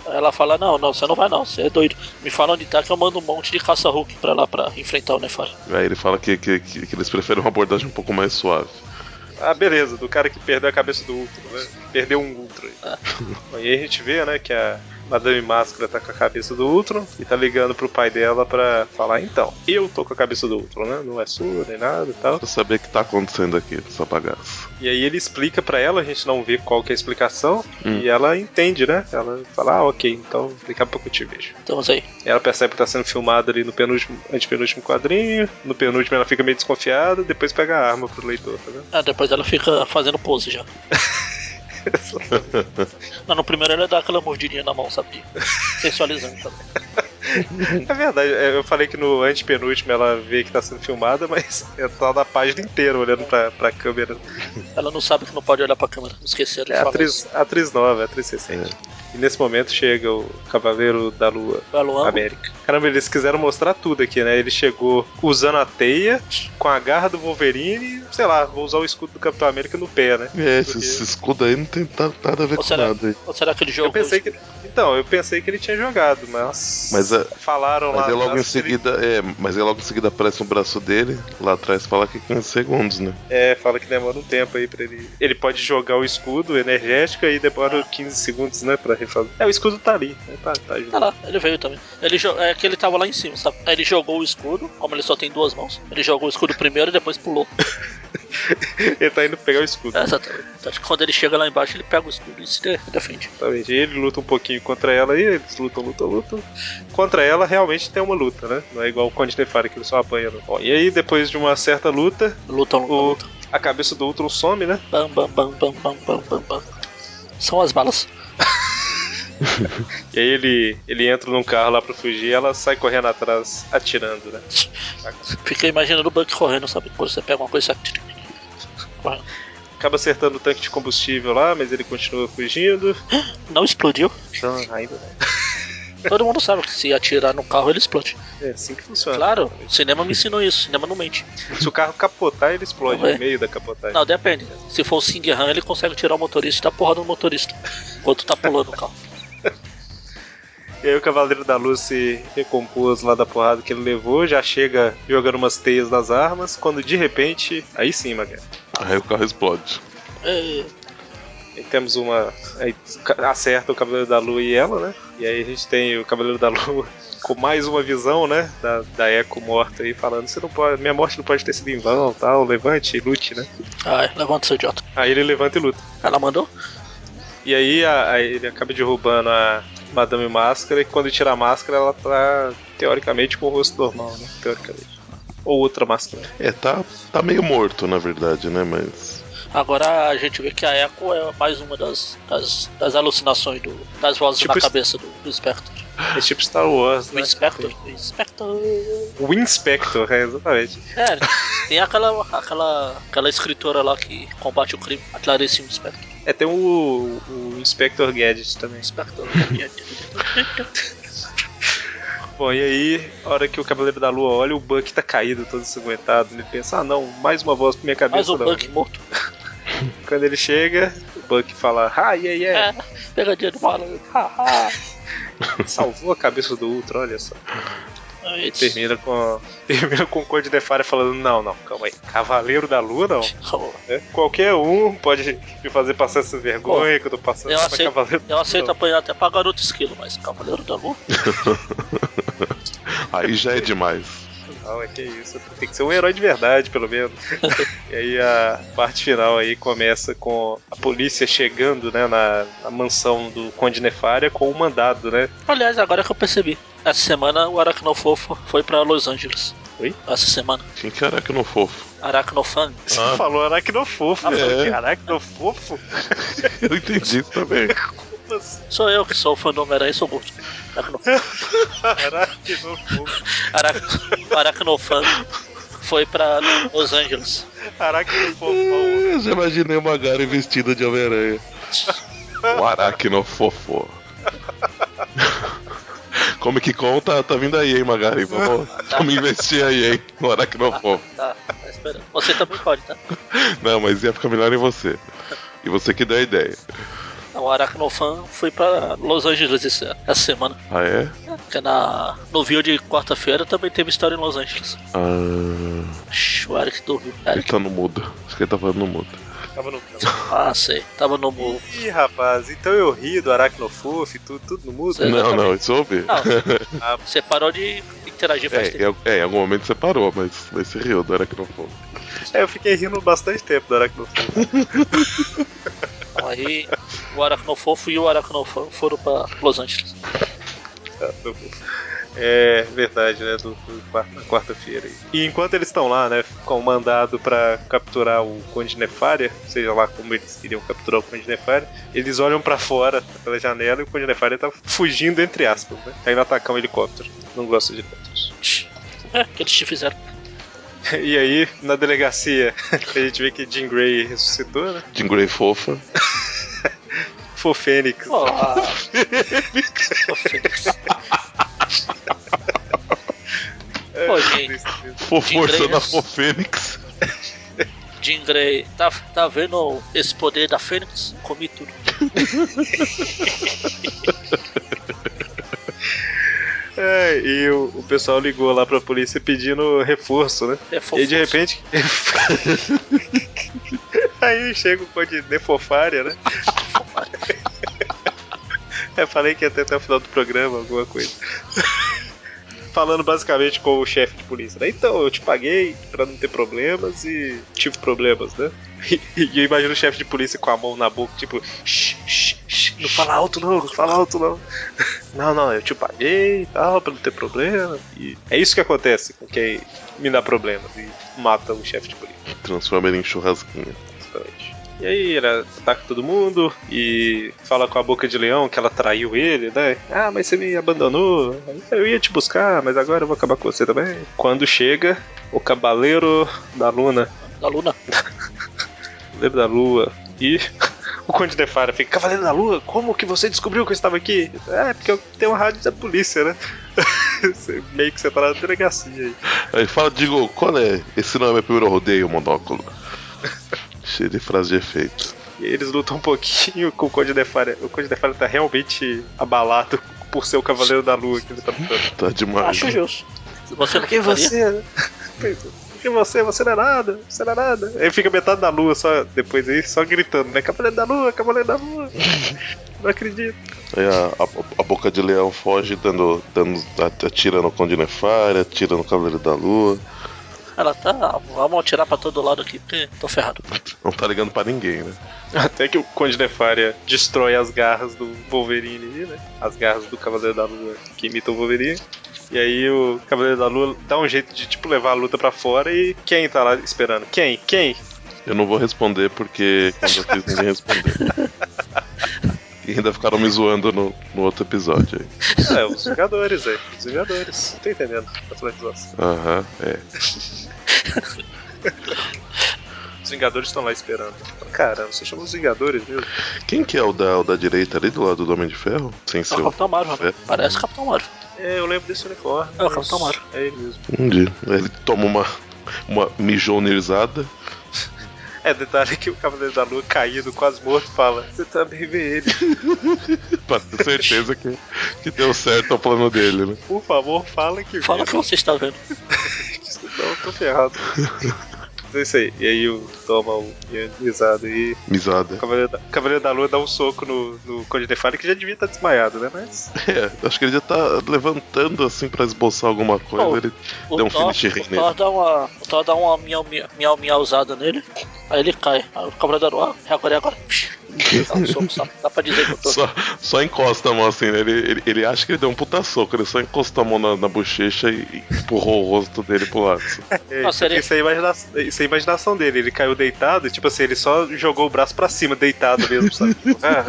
D: ela fala: Não, não, você não vai não, você é doido. Me fala onde tá que eu mando um monte de caça-hulk pra lá pra enfrentar o Nefari.
E: Aí ele fala que, que, que, que eles preferem uma abordagem um pouco mais suave.
C: Ah, beleza, do cara que perdeu a cabeça do Ultra, né? Perdeu um Ultra. aí.
D: Ah.
C: Bom, E aí a gente vê, né, que a Madame Máscara tá com a cabeça do Ultron e tá ligando pro pai dela pra falar, então, eu tô com a cabeça do Ultron, né? Não é sua, nem nada e tal.
E: Pra saber o que tá acontecendo aqui, essa bagaça.
C: E aí ele explica pra ela, a gente não vê qual que é a explicação, e ela entende, né? Ela fala, ah, ok, então daqui a pouco eu te vejo.
D: Então, mas aí.
C: Ela percebe que tá sendo filmada ali no penúltimo, antepenúltimo quadrinho. No penúltimo ela fica meio desconfiada, depois pega a arma pro leitor, tá vendo?
D: Ah, depois ela fica fazendo pose já. Não, no primeiro ela dá aquela mordidinha na mão, sabe? Sensualizando também.
C: é verdade, é, eu falei que no antepenúltimo ela vê que tá sendo filmada, mas ela tá na página inteira olhando pra, pra câmera.
D: Ela não sabe que não pode olhar pra câmera, esqueceram de
C: É
D: falar
C: atriz, atriz nova, atriz recente. E nesse momento chega o Cavaleiro da Lua
D: Baluan.
C: América. Caramba, eles quiseram mostrar tudo aqui, né? Ele chegou usando a teia, com a garra do Wolverine, e, sei lá, vou usar o escudo do Capitão América no pé, né?
E: É, esse,
C: Porque-
E: esse escudo aí não tem ta- nada a ver
D: Ou
E: com
D: será,
E: nada. aí.
D: ou será que ele jogou?
C: Eu pensei que. Então, eu pensei que ele tinha jogado, mas.
E: Mas é-
C: falaram
E: Mas
C: lá.
E: aí logo em
C: atrás que ele-
E: seguida, é, mas aí logo em seguida aparece um braço dele, lá atrás fala que é 15 segundos, né?
C: É, fala que demora um tempo aí pra ele. Ele pode jogar o escudo energética e demora 15 segundos, né? Pra refazer. É, o escudo tá ali, né? Tá, tá junto.
D: Tá lá, ele veio também. Ele jo- É que ele tava lá em cima, sabe? Aí ele jogou o escudo, como ele só tem duas mãos, ele jogou o escudo primeiro e depois pulou.
C: ele tá indo pegar o escudo,
D: É, exatamente. Então, acho que quando ele chega lá embaixo, ele pega o escudo e se de- defende.
C: exatamente. E ele luta um pouquinho contra ela e eles lutam, lutam, lutam. Contra ela realmente tem uma luta, né? Não é igual o Conde Nefari que ele só apanha. Não. Bom, e aí depois de uma certa luta,
D: Lutam, lutam,
C: o.
D: lutam.
C: A cabeça do Ultron some, né?
D: Bam, bam, bam, bam, bam, bam, bam, bam. São as balas.
C: E aí ele, ele entra num carro lá pra fugir e ela sai correndo atrás, atirando, né?
D: Fiquei imaginando o Buck correndo, sabe? Quando você pega uma coisa, você atira. Correndo.
C: Acaba acertando o tanque de combustível lá, mas ele continua fugindo.
D: Não explodiu.
C: Então, ainda não.
D: Todo mundo sabe que se atirar no carro, ele explode.
C: É assim que funciona.
D: Claro, o cinema me ensinou isso, o cinema não mente.
C: Se o carro capotar, ele explode
D: Ué.
C: no meio da capotagem.
D: Não, depende. Se for o Singham, ele consegue tirar o motorista e dar porrada no motorista. Enquanto tá pulando o carro.
C: E aí o Cavaleiro da Luz se recompôs lá da porrada que ele levou, já chega jogando umas teias nas armas, quando de repente. Aí sim, Maga.
E: Aí o carro explode.
D: É,
C: Aí temos uma. Aí ca- acerta o Cavaleiro da Lua e ela, né? E aí a gente tem o Cavaleiro da Lua com mais uma visão, né? Da, da Eco morta aí falando, você não pode. Minha morte não pode ter sido em vão tal. Levante e lute, né?
D: Ai, levanta seu idiota.
C: Aí ele levanta e luta.
D: Ela mandou?
C: E aí a- a- ele acaba derrubando a Madame Máscara e quando tira a máscara ela tá teoricamente com o rosto normal, né? Teoricamente. Ou outra máscara.
E: É, tá, tá meio morto, na verdade, né? Mas.
D: Agora a gente vê que a Echo é mais uma das, das, das alucinações do, das vozes
C: Tipo
D: na
C: isso-
D: cabeça do, do Spectre.
C: É tipo Star Wars,
D: Do
C: né?
D: Inspector? Do Inspector.
C: O Inspector, é, exatamente.
D: É, tem aquela, aquela, aquela escritora lá que combate o crime, a Clarice Inspector.
C: É, tem o, o Inspector Gadget também.
D: Inspector.
C: Bom, e aí, a hora que o Cavaleiro da Lua olha, o Buck tá caído, todo ensanguentado. Ele pensa, ah não, mais uma voz pra minha
D: Mais
C: cabeça
D: um
C: não.
D: Buck morto.
C: Quando ele chega, o Buck fala, ah, yeah, yeah,
D: É, pegadinha do malandro. Haha.
C: salvou a cabeça do Ultra, olha só.
D: Aí
C: Termina com, termina com o Conde Defária falando: Não, não, calma aí. Cavaleiro da Lua, não. né? Qualquer um pode me fazer passar essa vergonha que eu tô passando.
D: Eu
C: mas
D: aceito,
C: Cavaleiro da
D: eu
C: Lua,
D: aceito apanhar até pra garoto esquilo, mas Cavaleiro da Lua?
E: Aí já é demais.
C: Não, é que isso. Tem que ser um herói de verdade, pelo menos. e aí a parte final aí começa com a polícia chegando, né, na, na mansão do Conde Nefária com o mandado, né?
D: Aliás, agora é que eu percebi. Essa semana o Aracnofofo foi pra Los Angeles.
C: Oi?
D: Essa semana.
E: Quem que era que não fofo?
D: Aracnofan.
C: Você
E: Ah.
C: falou aracnofofo, eu falei,
E: É.
C: Aracnofofo?
E: Eu entendi isso também.
C: Como assim?
D: Sou eu que sou fã do Homem-Aranha e sou morto. Aracno-
C: Aracnofofo.
D: Arac- Aracnofan foi pra Los Angeles.
C: Aracnofofo.
E: Eu já imaginei uma gara vestida de Homem-Aranha. O aracnofofo. Como que conta? Tá vindo aí, hein, Magari? Vamos, vamos investir aí, hein? No aracnofofo.
D: Tá, tá esperando. Você também pode, tá?
E: Não, mas ia ficar melhor em você. E você que deu a ideia.
D: O Aracnofan foi pra Los Angeles esse- essa semana.
E: Ah, é?
D: Que na, no vídeo de quarta-feira também teve história em Los Angeles.
E: Ah,
D: Ixi, O Eric dormiu.
E: ele
D: Eric,
E: tá no mudo. Acho que ele tá falando no mudo.
C: Tava no campo.
D: ah, sei. Tava no morro.
C: Ih, rapaz, então eu ri do Aracnofuf e tudo, tudo no mudo?
D: Exatamente.
E: Não, não, isso eu ouvi.
D: Não, ah, você parou de interagir faz
E: É,
D: tempo.
E: é, é, em algum momento você parou, mas, mas você riu do aracnofofo.
C: É, eu fiquei rindo bastante tempo do Aracnofuf.
D: Então, Aí o Aracnofofo e o Aracnofan foram pra Los Angeles.
C: É verdade, né? Do, do quarta- na quarta-feira. aí. E enquanto eles estão lá, né? Com o mandado pra capturar o Conde Nefária, seja lá como eles queriam capturar o Conde Nefária, eles olham pra fora pela janela e o Conde Nefária tá fugindo, entre aspas, né? Tá indo atacar um helicóptero. Não gosto de helicópteros.
D: É, que eles te fizeram.
C: E aí, na delegacia, a gente vê que Jim Gray ressuscitou, né?
E: Jim Grey fofa.
C: Fofênix.
D: Pô, a- Pô, Fênix. Pô, gente,
C: É,
E: Força na
D: inglês.
E: Fofênix.
D: Jean Grey, tá, tá vendo esse poder da Fênix? Comi tudo.
C: É, e o, o pessoal ligou lá pra polícia pedindo reforço, né?
D: É fofo.
C: E aí, de repente. aí chega o código de Nefofária, né? Eu falei que ia ter até o final do programa, alguma coisa. Falando basicamente com o chefe de polícia, né? Então, eu te paguei pra não ter problemas e tive problemas, né? E eu imagino o chefe de polícia com a mão na boca, tipo, "Shh, shh, shh, não fala alto não, não fala alto não. Não, não, eu te paguei e tal, pra não ter problema. E é isso que acontece com quem me dá problemas e mata o chefe de polícia.
E: Transforma ele em churrasquinho.
C: Exatamente. E aí, ela ataca todo mundo e fala com a boca de leão que ela traiu ele, né? Ah, mas você me abandonou. Eu ia te buscar, mas agora eu vou acabar com você também. Quando chega, o cavaleiro da luna,
D: Da Luna.
C: lembra da lua, e o Conde Nefara fica: Cavaleiro da lua, como que você descobriu que eu estava aqui? É, porque eu tenho uma rádio da polícia, né? Você Meio que você tá na delegacia aí.
E: Aí fala, digo, qual é? Esse não é meu primeiro rodeio, monóculo. Cheio de frase de efeito.
C: E aí eles lutam um pouquinho com o Conde Nefara. O Conde Nefara tá realmente abalado por ser o Cavaleiro da Lua que ele tá lutando.
E: Tá demais.
D: Acho justo. Você não
C: Porque
D: faria?
C: você, né? Porque você, você não é nada, você não é nada. Aí fica metade da lua só depois aí, só gritando, né? Cavaleiro da lua, cavaleiro da lua. Não acredito.
E: Aí a, a- a boca de leão foge, dando, dando atira no Conde Nefária, atira no Cavaleiro da Lua.
D: Ela tá. Vamos atirar pra todo lado aqui, porque tô ferrado.
E: Não tá ligando pra ninguém, né?
C: Até que o Conde Nefária destrói as garras do Wolverine ali, né? As garras do Cavaleiro da Lua que imitam o Wolverine. E aí o Cavaleiro da Lua dá um jeito de, tipo, levar a luta pra fora e quem tá lá esperando? Quem? Quem?
E: Eu não vou responder porque quando eu fiz ninguém respondeu. E ainda ficaram me zoando no, no outro episódio aí.
C: É, os Vingadores, velho. Os Vingadores. Não tô entendendo Tá a flanquização.
E: Aham, é.
C: Os Vingadores estão lá esperando. Caramba, você chamou os Vingadores mesmo?
E: Quem que é o da, o da direita ali do lado do Homem de Ferro? Sem
D: É
E: ser
D: o
E: o
D: Capitão Marvel, né?
E: Fé.
D: Parece o Capitão Marvel.
C: É, eu lembro desse uniforme.
D: É o Capitão Marvel.
C: É ele mesmo.
E: Entendi. Ele toma uma, uma mijoneirizada.
C: É, detalhe que o Cavaleiro da Lua caído, quase morto, fala: Você também vê ele.
E: Pra ter certeza que, que deu certo o plano dele, né?
C: Por favor, fala que
D: Fala o
C: vê.
D: que você está vendo.
C: Não, eu tô ferrado. Mas É isso aí. E aí o toma o ionizado e
E: Misada.
C: o Cavaleiro da, o Cavaleiro da Lua dá um soco no, no Conde Defalho que já devia estar desmaiado, né? Mas.
E: É, acho que ele já tá levantando assim pra esboçar alguma coisa.
D: Oh,
E: ele
D: O
E: deu um
D: Thor,
E: finish ring
D: o
E: nele.
D: Thor dá uma. O Thor dá uma miau miau- miau miau usada nele. Aí ele cai. Aí o Cavaleiro da Lua. ah, É agora, é agora. Dá um soco, só. Dá pra dizer que eu tô.
E: Só, só encosta a mão assim, né? Ele, ele, ele acha que ele deu um puta soco, ele só encostou a mão na, na bochecha e e empurrou o rosto dele pro lado. assim.
C: É,
D: Não,
C: isso,
D: seria-
C: isso é imagina- isso é imaginação dele. Ele caiu deitado e, tipo assim, ele só jogou o braço pra cima, deitado mesmo, sabe? Tipo, ah,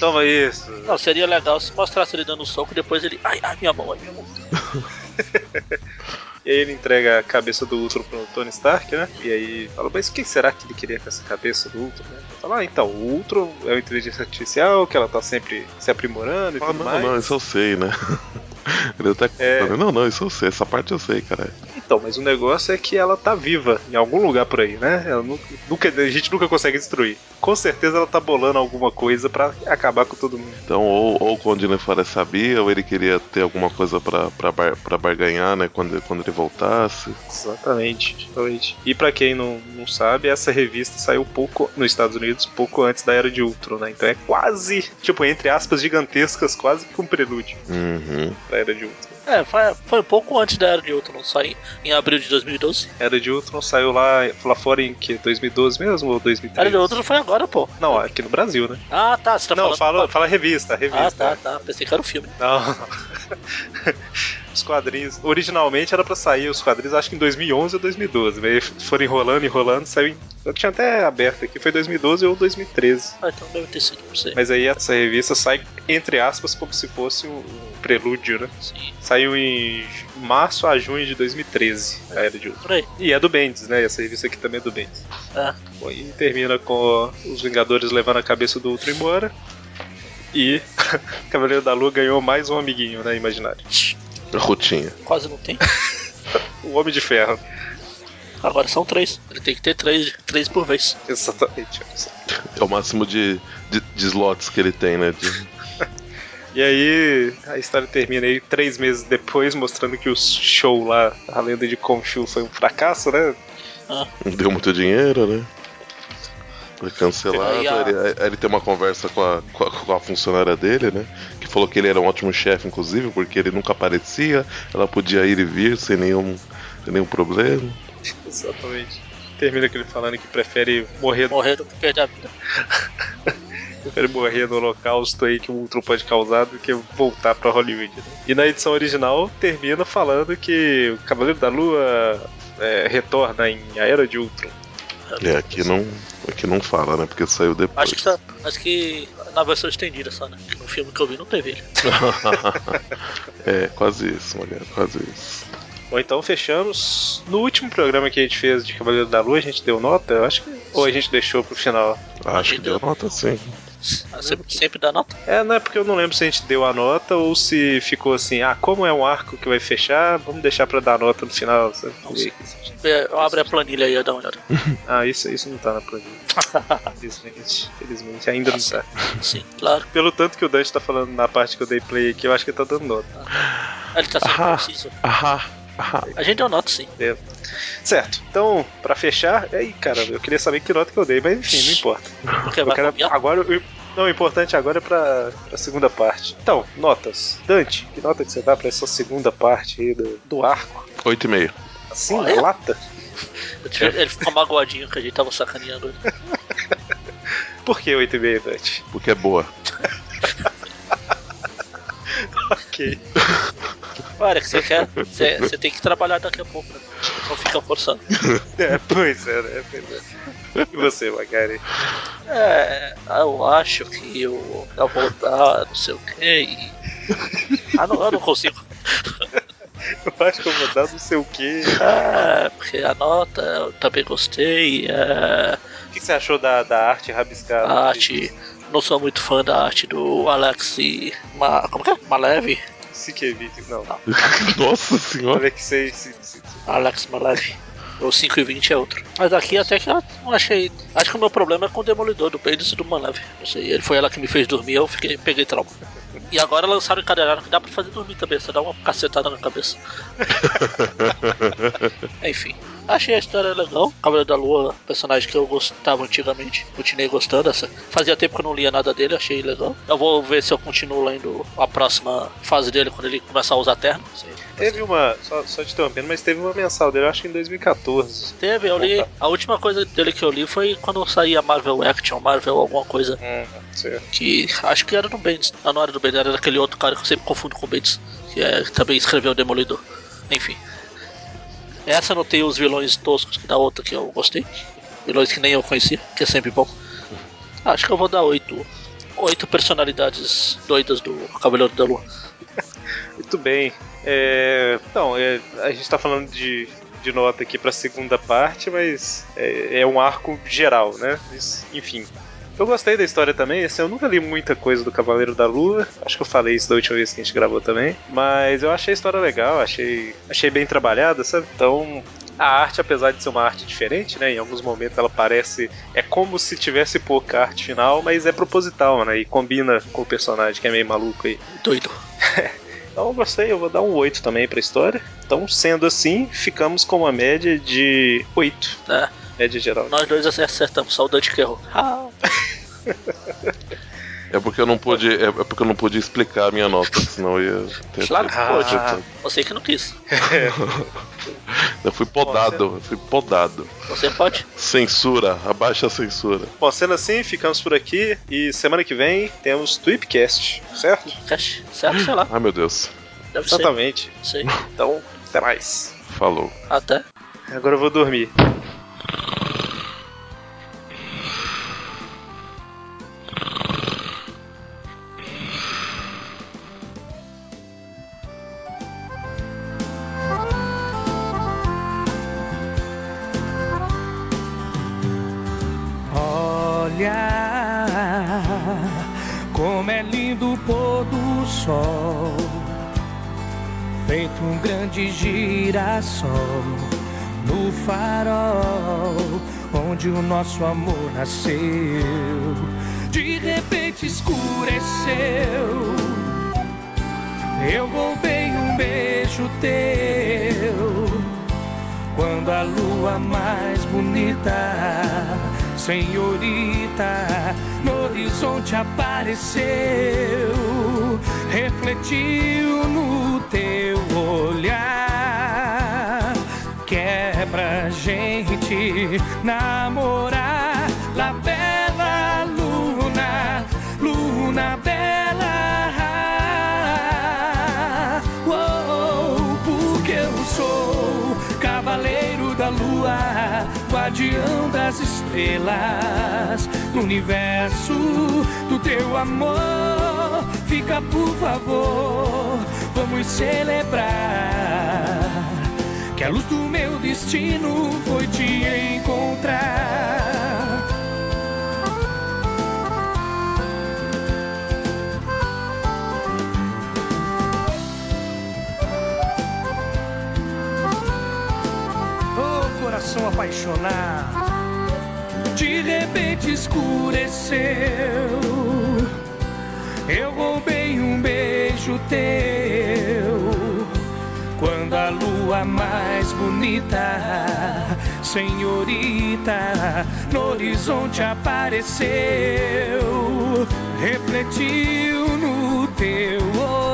C: toma isso.
D: Não, seria legal se mostrasse ele dando um soco depois ele. Ai, ai, minha mão, ai, minha mão.
C: E aí ele entrega a cabeça do Ultron pro Tony Stark, né? E aí fala, mas o que será que ele queria com essa cabeça do Ultron? né? Fala, ah, então, o Ultron é uma inteligência artificial, que ela tá sempre se aprimorando e
E: Ah,
C: tudo
E: não,
C: mais.
E: não, isso eu sei, né? Ele até
C: É.
E: falando, não, não, isso eu sei, essa parte eu sei, cara.
C: Então, mas o negócio é que ela tá viva em algum lugar por aí, né? Ela nu- nunca, a gente nunca consegue destruir. Com certeza ela tá bolando alguma coisa pra acabar com todo mundo.
E: Então, ou, ou o Conde Nefara sabia, ou ele queria ter alguma coisa pra, pra, bar- pra barganhar, né? Quando, quando ele voltasse.
C: Exatamente, exatamente. E pra quem não, não sabe, essa revista saiu pouco nos Estados Unidos, pouco antes da Era de Ultron, né? Então é quase, tipo, entre aspas gigantescas, quase que um prelúdio
E: Uhum.
C: pra Era de Ultron.
D: É, foi, foi um pouco antes da Era de Ultron sair, em abril de 2012.
C: Era de Ultron saiu lá, lá fora em que? 2012 mesmo ou 2013?
D: Era de Ultron foi agora, pô.
C: Não, aqui no Brasil, né?
D: Ah, tá, você tá
C: não,
D: falando...
C: fala, fala revista,
D: Ah,
C: revista.
D: tá,
E: né?
D: tá, pensei que era o filme.
C: Não. os quadrinhos. Originalmente era pra sair os quadrinhos, acho que em 2011 ou 2012. Mas eles foram enrolando, enrolando, saiu em... Eu tinha até aberto aqui, foi 2012 ou 2013.
D: Ah, então deve ter sido, não sei.
C: Mas aí essa revista sai, entre aspas, como se fosse o o prelúdio, né?
D: Sim,
C: Saiu em j- março a junho de 2013, a Era de Ultron.
D: por aí.
C: E é do Bendis, né? Essa revista aqui também é do Bendis.
D: É.
C: Bom, E termina com os Vingadores levando a cabeça do Ultron embora. E Cavaleiro da Lua ganhou mais um amiguinho, né? Imaginário.
E: Rotinha.
D: Quase não tem.
C: O Homem de Ferro.
D: Agora são três. Ele tem que ter três, três por vez.
C: Exatamente.
E: É o máximo de, de, de slots que ele tem, né? De-
C: E aí a história termina aí três meses depois, mostrando que o show lá, a lenda de Khonshu, foi um fracasso, né?
E: não deu muito dinheiro, né? Foi cancelado.
D: Aí a-
E: Aí ele, aí ele tem uma conversa com a, com, a, com a funcionária dele, né? Que falou que ele era um ótimo chefe, inclusive, porque ele nunca aparecia. Ela podia ir e vir sem nenhum, sem nenhum problema.
C: Exatamente. Termina com ele falando que prefere morrer,
D: Morreram que perder a vida.
C: prefere morrer no holocausto aí que um o Ultron pode causar do que voltar pra Hollywood. né? E na edição original termina falando que o Cavaleiro da Lua é, retorna em A Era de Ultron.
E: É, aqui não, aqui não fala, né? Porque saiu depois.
D: Acho que, tá, acho que na versão estendida só, né? No filme que eu vi não teve ele.
E: é, quase isso, mulher, quase isso.
C: Bom, então fechamos. No último programa que a gente fez de Cavaleiro da Lua, a gente deu nota, eu acho que. Ou a gente deixou pro final?
E: Acho que deu nota sim.
D: Ah, Sempre, sempre dá nota.
C: É, não é porque eu não lembro se a gente deu a nota ou se ficou assim, ah, como é um arco que vai fechar, vamos deixar pra dar nota no final. sabe?
D: Não sei. É, Eu abro a planilha aí e dá uma olhada.
C: Ah, isso, isso não tá na planilha. Felizmente, felizmente, ainda não tá.
D: Sim, claro.
C: Pelo tanto que o Dante tá falando na parte que eu dei play aqui, eu acho que ele tá dando nota.
D: Ah, Ele tá sendo
E: Ah.
D: preciso.
E: Ah, ah,
D: A gente deu nota, sim.
C: É. Certo, então, pra fechar, aí, cara, eu queria saber que nota que eu dei, mas enfim, não importa.
D: Porque
C: Eu
D: vai
C: quero-
D: copiar.
C: agora, eu- não, o importante agora é pra, pra segunda parte. Então, notas. Dante, que nota que você dá pra essa segunda parte aí do, do arco?
E: oito e meio.
C: Assim,
D: Olha.
C: na lata?
D: Eu tive- Ele ficou magoadinho que a gente tava sacaneando ele.
C: Por que 8,5, Dante?
E: Porque é boa.
C: Ok.
D: Olha, que você quer. Você, você tem que trabalhar daqui a pouco, né? Não fica forçando.
C: É, pois é, né? Pois é. E você, Magari?
D: É, eu acho que eu vou voltar, não sei o que. Ah, não, eu não consigo.
C: Eu acho que eu vou dar não sei o quê.
D: É, porque a nota eu também gostei. É,
C: O que você achou da, da arte rabiscada?
D: a arte. Não sou muito fã da arte do Alex e Ma, como que é? Malev?
C: Sikevich, é não.
D: Tá.
E: Nossa senhora.
C: Alexei Si- Si- Si-
D: Alex Malev. O 5 e 20 é outro. Mas aqui até que eu não achei. Acho que o meu problema é com o Demolidor do Pênis e do Malev. Não sei, ele foi ela que me fez dormir, eu fiquei, peguei trauma. E agora lançaram o encadeirado que dá pra fazer dormir também, você dá uma cacetada na cabeça. Enfim, achei a história legal. Cavaleiro da Lua, personagem que eu gostava antigamente, continuei gostando dessa. Fazia tempo que eu não lia nada dele, achei legal. Eu vou ver se eu continuo lendo a próxima fase dele quando ele começar a usar terno. Não sei.
C: Teve uma, só, só te interrompendo, mas teve uma mensal dele, eu acho que em 2014.
D: Teve, eu li.
C: Opa.
D: A última coisa dele que eu li foi quando saía Marvel Action, Marvel alguma coisa.
C: Hum, certo.
D: Que acho que era do Bendis. Ah, não era do Bendis, era daquele outro cara que eu sempre confundo com o Bendis. Que é, que também escreveu o Demolidor. Enfim. Essa eu notei os vilões toscos que da outra que eu gostei. Vilões que nem eu conhecia, que é sempre bom. Acho que eu vou dar oito. Oito personalidades doidas do Cavaleiro da Lua.
C: Muito bem. É, então, é, a gente tá falando de, de nota aqui pra segunda parte, mas é, é um arco geral, né? Mas, enfim. Eu gostei da história também, assim, eu nunca li muita coisa do Cavaleiro da Lua, acho que eu falei isso da última vez que a gente gravou também, mas eu achei a história legal, achei, achei bem trabalhada, sabe? Então, a arte, apesar de ser uma arte diferente, né, em alguns momentos ela parece, é como se tivesse pouca arte final, mas é proposital, né, e combina com o personagem que é meio maluco aí.
D: Doido.
C: Então eu gostei, eu vou dar um 8 também pra história. Então, sendo assim, ficamos com uma média de 8,
D: né?
C: média geral.
D: Nós dois acertamos, saudade que errou. Ah,
E: É porque eu não pude. É é porque eu não pude explicar a minha nota, senão eu ia ter.
D: claro que pôde.
C: Ah.
D: Você que não quis.
E: Eu fui podado, eu fui podado.
D: Você pode.
E: Censura, abaixa a censura.
C: Bom, sendo assim, ficamos por aqui e semana que vem temos Tweepcast, certo?
D: Cash, certo? Sei lá.
E: Ai meu Deus.
D: Deve
C: Tá,
D: ser.
C: Exatamente.
D: Não sei.
C: Então, até mais.
E: Falou.
D: Até.
C: Agora eu vou dormir.
F: Olha como é é lindo pôr do sol, feito um grande girassol no farol onde o nosso amor nasceu. De repente escureceu. Eu roubei um beijo teu quando a lua mais bonita, senhorita, no horizonte apareceu, refletiu no teu olhar, que é pra gente namorar, la bela luna, luna bela. Uou, porque eu sou cavaleiro da lua, guardião das estrelas, no universo do teu amor. Fica por favor, vamos celebrar que a luz do meu destino foi te encontrar. Oh, coração apaixonado. De repente escureceu. Eu roubei um beijo teu. Quando a lua mais bonita, senhorita, no horizonte apareceu, refletiu no teu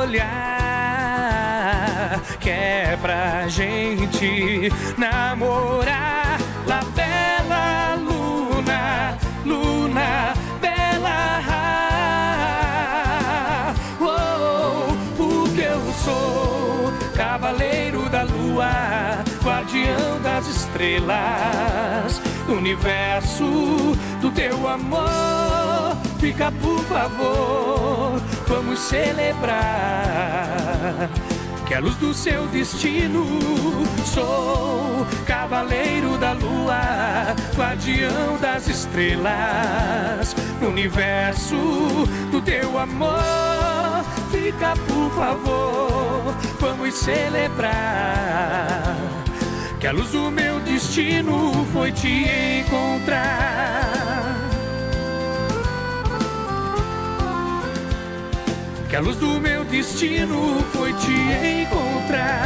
F: olhar, que é pra gente namorar. La bela luna, luna bela. Oh, porque eu sou cavaleiro da lua, guardião das estrelas, do universo do teu amor. Fica por favor, vamos celebrar. Que a luz do seu destino sou cavaleiro da lua, guardião das estrelas, no universo do teu amor. Fica por favor, vamos celebrar que a luz do meu destino foi te encontrar. Que a luz do meu destino foi te encontrar.